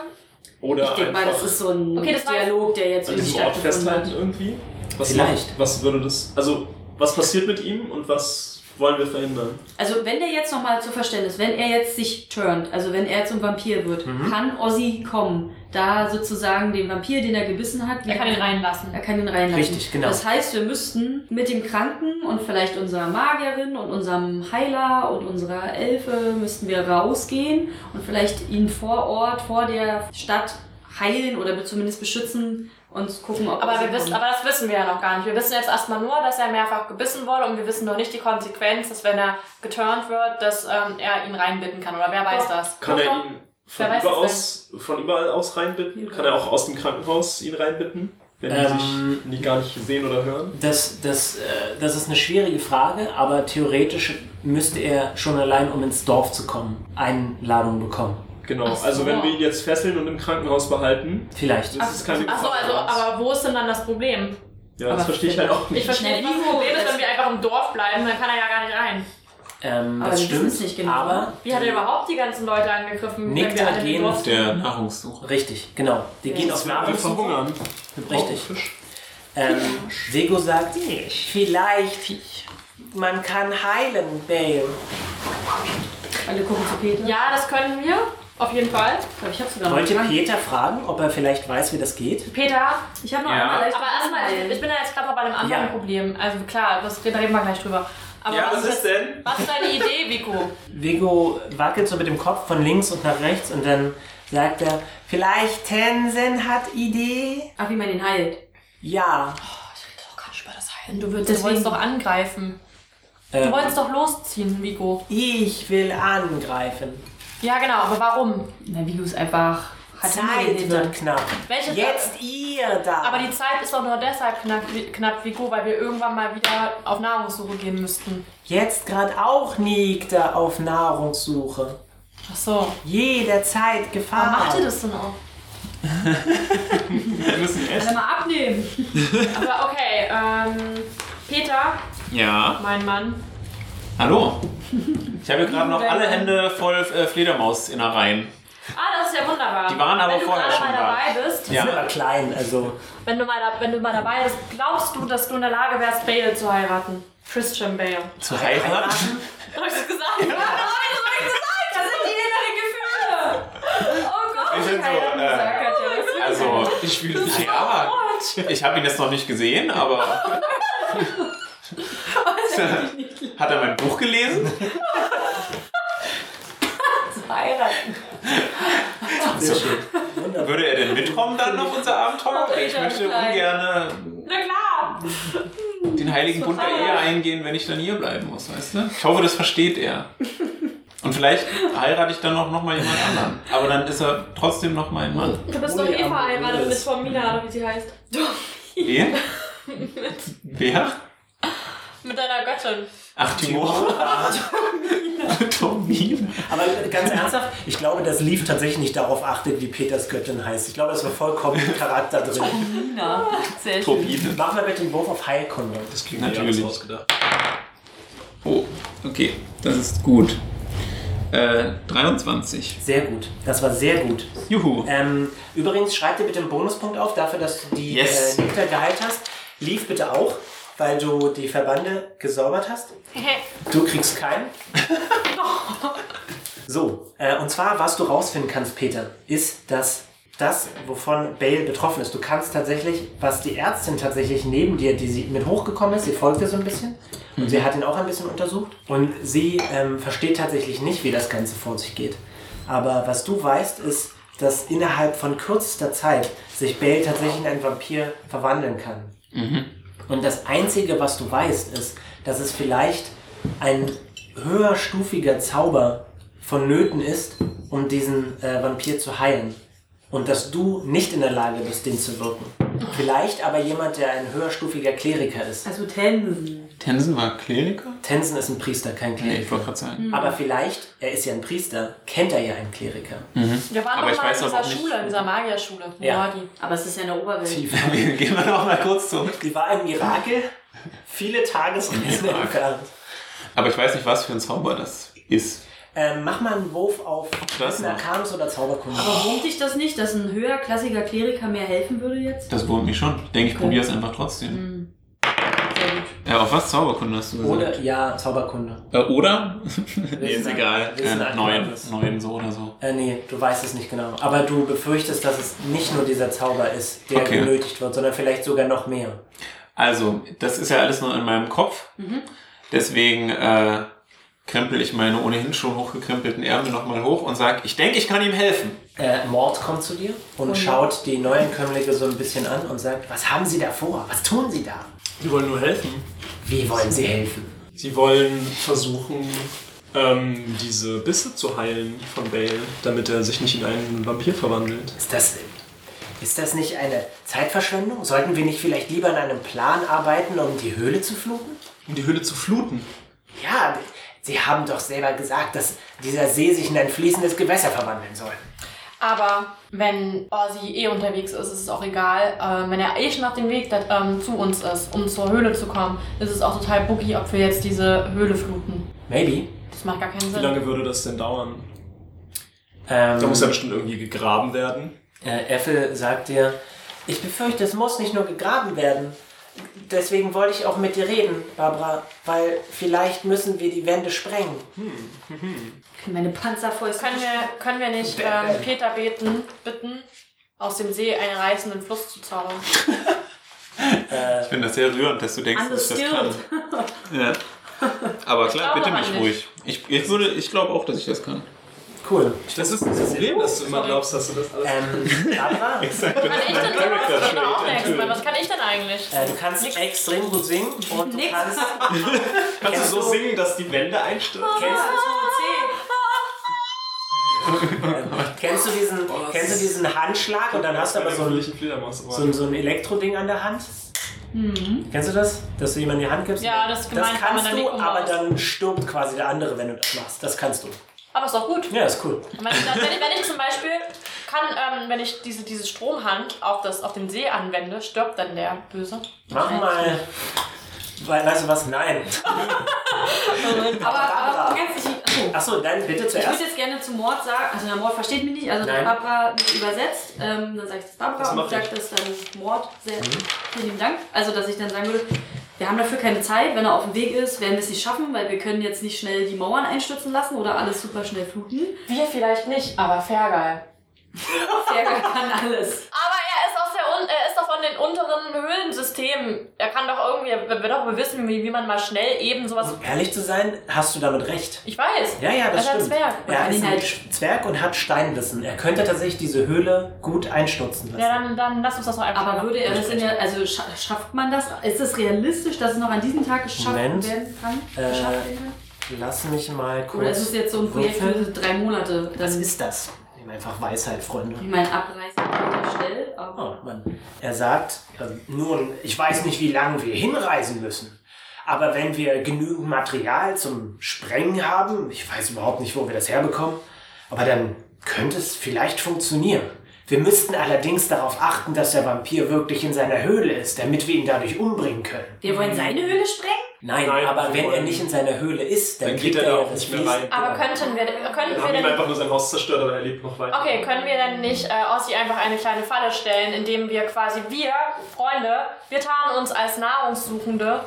Oder Ich denke mal, einfach das ist so ein Okay, das war- Dialog, der jetzt an irgendwie diesem Ort stattgefunden festhalten hat. irgendwie? Was Vielleicht. Was würde das. Also, was passiert mit ihm und was wollen wir verhindern? Also wenn der jetzt nochmal zu Verständnis, wenn er jetzt sich turnt, also wenn er zum Vampir wird, Mhm. kann Ozzy kommen, da sozusagen den Vampir, den er gebissen hat, Er kann ihn reinlassen. Er kann ihn reinlassen. Richtig, genau. Das heißt, wir müssten mit dem Kranken und vielleicht unserer Magierin und unserem Heiler und unserer Elfe müssten wir rausgehen und vielleicht ihn vor Ort, vor der Stadt heilen oder zumindest beschützen und gucken, ob Aber, er wir wissen, kommt. aber das wissen wir ja noch gar nicht. Wir wissen jetzt erstmal nur, dass er mehrfach gebissen wurde und wir wissen noch nicht die Konsequenz, dass wenn er geturnt wird, dass ähm, er ihn reinbitten kann. Oder wer weiß das? Kann Doch, er doch. ihn von, Wer weiß überaus, es von überall aus reinbitten? Kann er auch aus dem Krankenhaus ihn reinbitten? Wenn Ähm, die sich nie, gar nicht sehen oder hören? Das, das, äh, das ist eine schwierige Frage, aber theoretisch müsste er schon allein, um ins Dorf zu kommen, Einladung bekommen. Genau, Ach so. also wenn wir ihn jetzt fesseln und im Krankenhaus behalten, Vielleicht. das ist keine Achso, also, für uns. aber wo ist denn dann das Problem? Ja, das aber- verstehe ich halt auch Ich nicht. verstehe nicht, was das Wieso? Problem ist, Das- wenn wir einfach im Dorf bleiben, dann kann er ja gar nicht rein. Ähm, Aber das wir wissen stimmt. es nicht genau. Aber Wie hat er überhaupt die ganzen Leute angegriffen? Nick, wenn wir wir alle im gehen Dorf auf Der Nahrungssuche. richtig, genau. Die gehen auf Nahrungssuche. verhungern. Richtig. Fisch. Ähm, Vego sagt, Vielleicht. Man kann heilen, Bale. Alle gucken zu Peter. sind? Ja, das können wir. Auf jeden Fall. Ich glaube, ich habe sogar noch. wollt ihr Peter fragen, ob er vielleicht weiß, wie das geht? Peter, Ich habe noch Ja. einmal leicht aber erstmal, ich, ich bin ja jetzt gerade noch bei einem anderen Ja. Problem. Also klar, das, da reden wir gleich drüber. Aber Ja, was was, ist denn? was ist deine Idee, Vico? Oh Vego wackelt so mit dem Kopf von links und nach rechts und dann sagt er, Vielleicht Tensen hat Idee? Ach, wie man ihn heilt. Ja. doch gar nicht über das Heilen. Du, würdest, Deswegen- du wolltest doch angreifen. Du ähm, wolltest doch losziehen, Vigo. Ich will angreifen. Ja, genau, aber warum? Na, Vigo ist einfach. Hat immer den Zeit Hintern. wird knapp. Welche Jetzt ihr da. Aber die Zeit ist doch nur deshalb knapp, knapp Vigo, weil wir irgendwann mal wieder auf Nahrungssuche gehen müssten. Jetzt gerade auch liegt er auf Nahrungssuche. Ach so. Jederzeit Warum Gefahr. macht ihr Ah, das denn auch? Wir müssen Alle essen. mal abnehmen. Aber okay, ähm, Peter, Ja. mein Mann. Hallo. Ich habe gerade noch alle Hände voll äh, Fledermaus-Innereien. Ah, das ist ja wunderbar. Die waren aber wenn du vorher gerade schon mal da. dabei bist, ja. aber klein, also wenn du, mal da, wenn du mal dabei bist, glaubst du, dass du in der Lage wärst, Bale zu heiraten? Christian Bale. Zu heiraten? Hab ich das gesagt? Nein, das hab ich gesagt! Das sind die inneren Gefühle! Oh Gott! Ich bin so, Keiner hat äh, gesagt, hat ja das Also, ich fühle mich ja. Ich habe ihn jetzt noch nicht gesehen, aber. Hat er mein Buch gelesen? zu heiraten. Würde er denn mitkommen dann auf unser Abenteuer? Oh, Ich Peter, möchte klein. ungern äh, Na klar! den heiligen Bund der Ehe eingehen, wenn ich dann hier bleiben muss, weißt du? Ich hoffe, das versteht er. Und vielleicht heirate ich dann auch noch mal jemand anderen. Aber dann ist er trotzdem noch mein Mann. Du bist doch eh verheiratet mit Formina, oder wie sie heißt. Wen? Wer? Mit deiner Göttin. Ach, Timor. Tomine. Aber ganz ernsthaft, ich glaube, das lief tatsächlich nicht darauf achtet, wie Peters Göttin heißt. Ich glaube, das war vollkommen im Charakter drin. Nina. Sehr schön. Tomine. Machen wir bitte den Wurf auf Heilkunde. Das klingt Natürlich. natürlich ausgedacht. Oh, okay. Das ist gut. Äh, 23. Sehr gut. Das war sehr gut. Juhu. Ähm, übrigens, schreib dir bitte einen Bonuspunkt auf, dafür, dass du die Yes. äh, Nektar geheilt hast. Lief bitte auch, weil du die Verbande gesäubert hast. Du kriegst keinen. so, äh, und zwar, was du rausfinden kannst, Peter, ist, dass das, wovon Bale betroffen ist. Du kannst tatsächlich, was die Ärztin tatsächlich neben dir, die sie mit hochgekommen ist, sie folgte so ein bisschen und sie hat ihn auch ein bisschen untersucht und sie ähm, versteht tatsächlich nicht, wie das Ganze vor sich geht. Aber was du weißt, ist, dass innerhalb von kürzester Zeit sich Bale tatsächlich in einen Vampir verwandeln kann. Und das Einzige, was du weißt, ist, dass es vielleicht ein höherstufiger Zauber vonnöten ist, um diesen äh, Vampir zu heilen. Und dass du nicht in der Lage bist, den zu wirken. Vielleicht aber jemand, der ein höherstufiger Kleriker ist. Also Tensen. Tensen war Kleriker? Tensen ist ein Priester, kein Nee, ich Kleriker. wollte gerade sagen. Aber vielleicht, er ist ja ein Priester, kennt er ja einen Kleriker. Hm. Wir waren Aber doch ich mal in weiß aber dieser auch nicht- äh, Schule, in dieser Magierschule. Wo Ja. war die? Aber es ist ja in der Oberwelt. Die war, Gehen wir noch mal kurz zurück. die war im Mirakel viele Tagesreisen Mirakel. entfernt. Aber ich weiß nicht, was für ein Zauber das ist. Ähm, mach mal einen Wurf auf Das noch. Arcanus oder Zauberkunde. Aber wurmt dich das nicht, dass ein höherklassiger Kleriker mehr helfen würde jetzt? Das wurmt mich schon. Ich denke, ich probiere es einfach trotzdem. Sehr gut. Äh, auf was Zauberkunde hast du gesagt? Oder, ja, Zauberkunde. Äh, oder? nee, ist ein- egal. wir sind Äh, ein neun, Knappes. neun so oder so. Äh, nee, du weißt es nicht genau. Aber du befürchtest, dass es nicht nur dieser Zauber ist, der Okay. benötigt wird, sondern vielleicht sogar noch mehr. Also, das ist ja alles nur in meinem Kopf. Deswegen äh, krempel ich meine ohnehin schon hochgekrempelten Ärmel nochmal hoch und sage, ich denke, ich kann ihm helfen. Äh, Mord kommt zu dir und schaut die Neuankömmlinge so ein bisschen an und sagt, was haben sie da vor? Was tun sie da? Wir wollen nur helfen. Wie wollen sie helfen? Sie wollen versuchen, ähm, diese Bisse zu heilen von Bale, damit er sich nicht in einen Vampir verwandelt. Ist das, ist das nicht eine Zeitverschwendung? Sollten wir nicht vielleicht lieber an einem Plan arbeiten, um die Höhle zu fluten? Um die Höhle zu fluten. Ja, sie haben doch selber gesagt, dass dieser See sich in ein fließendes Gewässer verwandeln soll. Aber wenn Ozzy eh unterwegs ist, ist es auch egal. Ähm, wenn er eh schon auf dem Weg dat, ähm, zu uns ist, um zur Höhle zu kommen, ist es auch total boogie, ob wir jetzt diese Höhle fluten. Maybe. Das macht gar keinen Wie Sinn. lange würde das denn dauern? Ähm, Da muss ja bestimmt irgendwie gegraben werden. Äh, Effel sagt dir, ich befürchte, es muss nicht nur gegraben werden. Deswegen wollte ich auch mit dir reden, Barbara, weil vielleicht müssen wir die Wände sprengen. Meine Panzerfäuste. Können wir, können wir nicht äh, ähm, Peter beten, bitten, aus dem See einen reißenden Fluss zu zaubern? Ich finde das sehr rührend, dass du denkst, dass ich das kann. Underskilled. Ja. Aber klar, glaube bitte aber mich nicht. ruhig. Ich, ich, würde- ich glaube auch, dass ich das kann. Cool. Das ist das Problem, dass du immer glaubst, dass du das alles. Ähm, Barbara, äh, Kann ich denn sowas? Ich bin doch auch eine Expert. Was kann ich denn eigentlich? Äh. äh, du kannst extrem gut singen und du Nix. kannst... Kannst du so singen, dass die Wände einstürzen? Kennst du, kennst du, diesen, kennst du diesen Handschlag und dann hast du aber so ein, Fledermaus. so ein, so ein Elektroding an der Hand? Kennst du das? Dass du jemandem die Hand gibst? Mhm. Ja, das ist gemeint, Das wenn man kannst dann du, nicht umhaut. aber dann stirbt quasi der andere, wenn du das machst. Das kannst du. Aber ist doch gut. Ja, ist cool. Wenn ich, dann- wenn, ich, wenn ich zum Beispiel kann, ähm, wenn ich diese, diese Stromhand auf, das, auf den See anwende, stirbt dann der Böse. Mach mal. We weißt du was? Nein. Aber, aber ähm, ganz nicht. Achso. Achso, dann bitte Ich zuerst. würde jetzt gerne zu Mord sagen, also der Mord versteht mich nicht, also Nein. Barbara übersetzt, ähm, dann sage ich das Barbara Das und mach sage ich. Mhm. das dann Mord. Sehr, Vielen lieben Dank. Also, dass ich dann sagen würde, wir haben dafür keine Zeit, wenn er auf dem Weg ist, werden wir es nicht schaffen, weil wir können jetzt nicht schnell die Mauern einstürzen lassen oder alles super schnell fluten. Wir vielleicht nicht, aber Fergal. Fergal kann alles. Aber er ist, aus der, Un- er ist doch von den unteren Höhlensystemen. Er kann doch irgendwie, er wird doch wissen, wie, wie man mal schnell eben Mhm. sowas. Um ehrlich zu sein, hast du damit recht. Ich weiß. Ja, ja, das er ist Also stimmt. ein Zwerg. Er ist ein Inhalt. Sch- Zwerg und hat Steinwissen. Er könnte tatsächlich diese Höhle gut einstürzen lassen. Ja, dann, dann lass uns das doch einfach. Aber machen. würde er das in der, also scha schafft man das? Ist es realistisch, dass es noch an diesem Tag geschafft Moment. werden kann? Äh, Geschafft werden? Lass mich mal kurz. Oder ist es jetzt so ein Projekt würfeln. für drei Monate? Was Dann- ist das? Nehmen einfach Weisheit, Freunde. Ich meine, abreißen an der Stelle, aber Oh Mann. Er sagt, ähm, nun, ich weiß nicht, wie lange wir hinreisen müssen, Aber wenn wir genügend Material zum Sprengen haben, ich weiß überhaupt nicht, wo wir das herbekommen, aber dann könnte es vielleicht funktionieren. Wir müssten allerdings darauf achten, dass der Vampir wirklich in seiner Höhle ist, damit wir ihn dadurch umbringen können. Wir wollen seine Höhle sprengen? Nein, Nein, aber wir wenn er wollen- nicht in seiner Höhle ist, dann, Dann kriegt geht er da ja auch das nicht mehr Wesen- rein. Aber könnten wir, Wir könnten haben Ah, wir ihm denn, einfach nur sein Haus zerstört, aber er lebt noch weiter. okay, können wir denn nicht äh, Ossi einfach eine kleine Falle stellen, indem wir quasi, wir, Freunde, wir tarnen uns als Nahrungssuchende.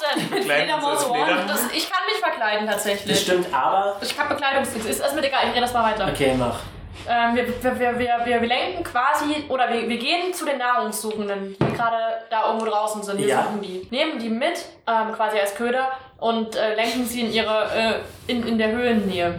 denn? Mit Verkleiden uns als Fledermaus Orange? Fledermaus. Das, ich kann mich verkleiden Das tatsächlich. stimmt, aber... Ich habe Bekleidungsfix. Ist erstmal egal, ich rede das mal weiter. Okay, mach. Ähm, wir, wir, wir, wir, wir, wir lenken quasi, oder wir, wir gehen zu den Nahrungssuchenden, die gerade da irgendwo draußen sind. Wir Ja. suchen die. Nehmen die mit, ähm, quasi als Köder, und äh, lenken sie in ihre, äh, in, in der Höhlennähe.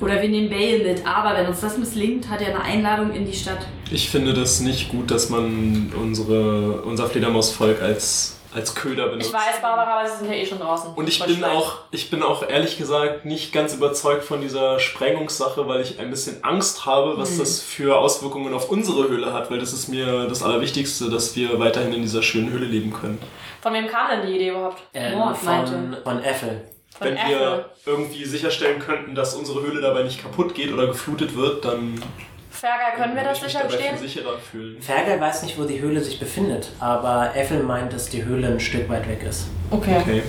Oder wir nehmen Bale mit, aber wenn uns das misslingt, hat er eine Einladung in die Stadt. Ich finde das nicht gut, dass man unsere, unser Fledermausvolk als, als Köder benutzt. Ich weiß, Barbara, aber sie sind ja eh schon draußen. Und ich Voll bin, schlecht. auch, ich bin auch ehrlich gesagt nicht ganz überzeugt von dieser Sprengungssache, weil ich ein bisschen Angst habe, was das für Auswirkungen auf unsere Höhle hat, weil das ist mir das Allerwichtigste, dass wir weiterhin in dieser schönen Höhle leben können. Von wem kam denn die Idee überhaupt? Ähm, Mord, von, meinte. von Äffel. Von Wenn Apple. wir irgendwie sicherstellen könnten, dass unsere Höhle dabei nicht kaputt geht oder geflutet wird, dann Ferger, können wir würde das ich mich sicher dabei viel bestehen? sicherer fühlen. Fergal weiß nicht, wo die Höhle sich befindet, aber Äffel meint, dass die Höhle ein Stück weit weg ist. Okay. Okay.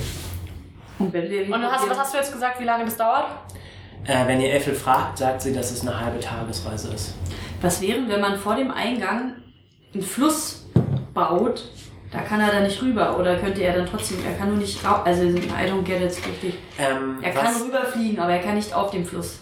Und wenn wir. Und hast, was hast du jetzt gesagt, wie lange das dauert? Äh, wenn ihr Äffel fragt, sagt sie, dass es eine halbe Tagesreise ist. Was wären, wenn man vor dem Eingang einen Fluss baut? Da kann er dann nicht rüber oder könnte er dann trotzdem, er kann nur nicht raus, also I don't get it richtig. Ähm, Er was, kann rüberfliegen, aber er kann nicht auf dem Fluss.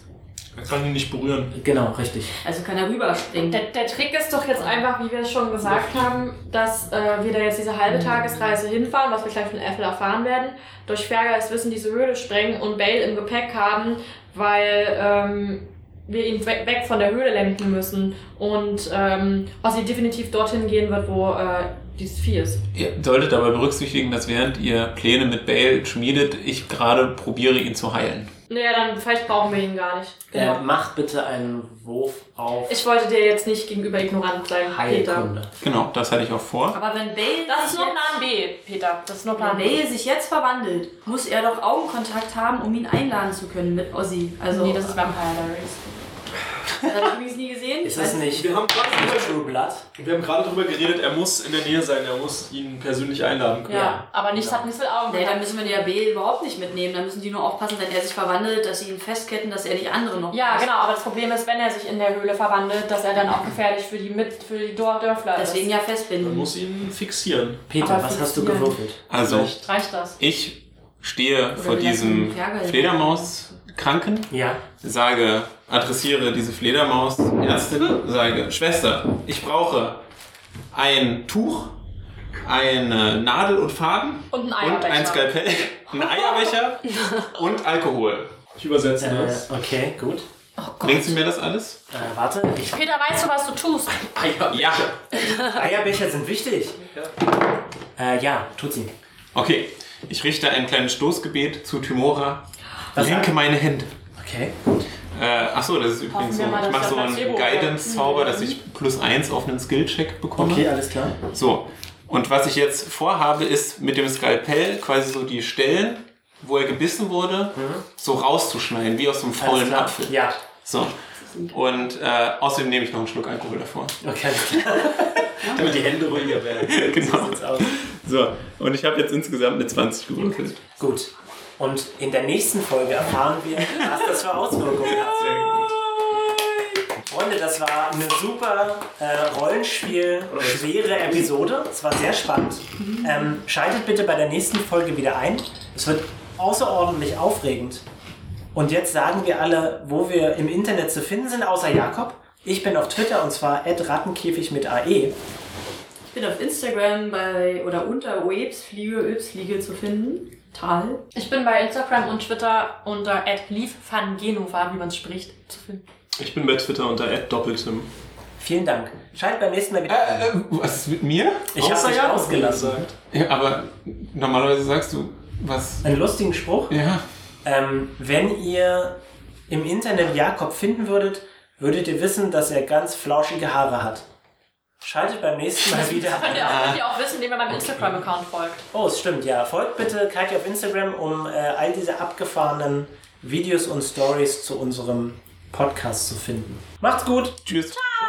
Man kann ihn nicht berühren. Genau, richtig. Also kann er rüberspringen. Der, der Trick ist doch jetzt einfach, wie wir es schon gesagt haben, dass äh, wir da jetzt diese halbe Tagesreise hinfahren, was wir gleich von Apple erfahren werden, durch Fergers Wissen diese Höhle sprengen und Bale im Gepäck haben, weil ähm, wir ihn we weg von der Höhle lenken müssen und ähm, Ossi definitiv dorthin gehen wird, wo äh, dieses Vieh ist. Ihr solltet aber berücksichtigen, dass während ihr Pläne mit Bale schmiedet, ich gerade probiere, ihn zu heilen. Naja, dann vielleicht brauchen wir ihn gar nicht. Äh, Genau. macht bitte einen Wurf auf Ich wollte dir jetzt nicht gegenüber ignorant sein, Peter. Heilkunde. Genau, das hatte ich auch vor. Aber wenn Bale, Das ist sich nur jetzt- Plan B, Peter. Das ist nur Plan wenn B. Bale sich jetzt verwandelt, muss er doch Augenkontakt haben, um ihn einladen zu können mit Ozzy. Also, nee, das ist Vampire Diaries. das habe ich übrigens nie gesehen. Ist das nicht Wir haben gerade True Blood? Wir haben gerade darüber geredet, er muss in der Nähe sein, er muss ihn persönlich einladen können. Ja, aber nichts hat nichts mit Augen. genau. Nee, dann müssen wir die ja Bale überhaupt nicht mitnehmen. Dann müssen die nur aufpassen, wenn er sich verwandelt, dass sie ihn festketten, dass er nicht andere noch. ja, frisst. genau, aber das Problem ist, wenn er sich in der Höhle verwandelt, dass er dann auch gefährlich für die mit für die Dor- Dörfler Deswegen ist. ja Man festbinden. muss ihn fixieren. Peter, Aber was hast du funktioniert. gewürfelt? Also, Vielleicht. Reicht das? ich stehe vor wir lassen diesem ihn ärgern. Fledermauskranken, Ja. sage, adressiere diese Fledermaus-Ärztin, sage, Schwester, ich brauche ein Tuch, eine Nadel und Faden Und ein und ein Eierbecher. Skalpell, ein Eierbecher und Alkohol. Ich übersetze Äh, das. okay, gut. Bringst du mir das alles? Äh, warte, ich, Peter, weißt du, was du tust? Ja. Eierbecher sind wichtig. Äh, ja, tut sie. Okay, ich richte ein kleines Stoßgebet zu Tymora. Was- Lenke meine Hände. Okay. Äh, achso, das ist übrigens so. wir mal, Ich dass mache der so einen Placebo- Guidance-Zauber, dass Mhm. ich plus eins auf einen Skill-Check bekomme. Okay, alles klar. So, und was ich jetzt vorhabe, ist mit dem Skalpell quasi so die Stellen, wo er gebissen wurde, so rauszuschneiden, wie aus einem Alles faulen klar. Apfel. Ja. So. Und äh, außerdem nehme ich noch einen Schluck Alkohol davor. Okay, alles klar. Damit die Hände ruhiger werden. genau. Sieht's aus. So, und ich habe jetzt insgesamt eine 20 gewürfelt. Gut. Und in der nächsten Folge erfahren wir, was das für Auswirkungen hat. Freunde, das war eine super äh, Rollenspiel-schwere Episode. Es war sehr spannend. Ähm, schaltet bitte bei der nächsten Folge wieder ein. Es wird außerordentlich aufregend. Und jetzt sagen wir alle, wo wir im Internet zu finden sind, außer Jakob. Ich bin auf Twitter und zwar rattenkäfig mit E. AE. Ich bin auf Instagram bei oder unter Websfliege, Öbsfliege zu finden. Tal. Ich bin bei Instagram und Twitter unter @leafvangenova, wie man es spricht, zu finden. Ich bin bei Twitter unter doppeltim. Vielen Dank. Schaltet beim nächsten Mal wieder ein. Äh, äh, was ist mit mir? Ich habe dich ausgelassen. Ja, aber normalerweise sagst du, was. Einen lustigen Spruch. Ja. Ähm, wenn ihr im Internet Jakob finden würdet, würdet ihr wissen, dass er ganz flauschige Haare hat. Schaltet beim nächsten Mal wieder Könnt ein. ihr auch, könnt ihr auch wissen, indem ihr meinem Instagram-Account folgt. Oh, es stimmt, ja. Folgt bitte Katja auf Instagram, um äh, all diese abgefahrenen Videos und Stories zu unserem Podcast zu finden. Macht's gut! Tschüss. Ciao.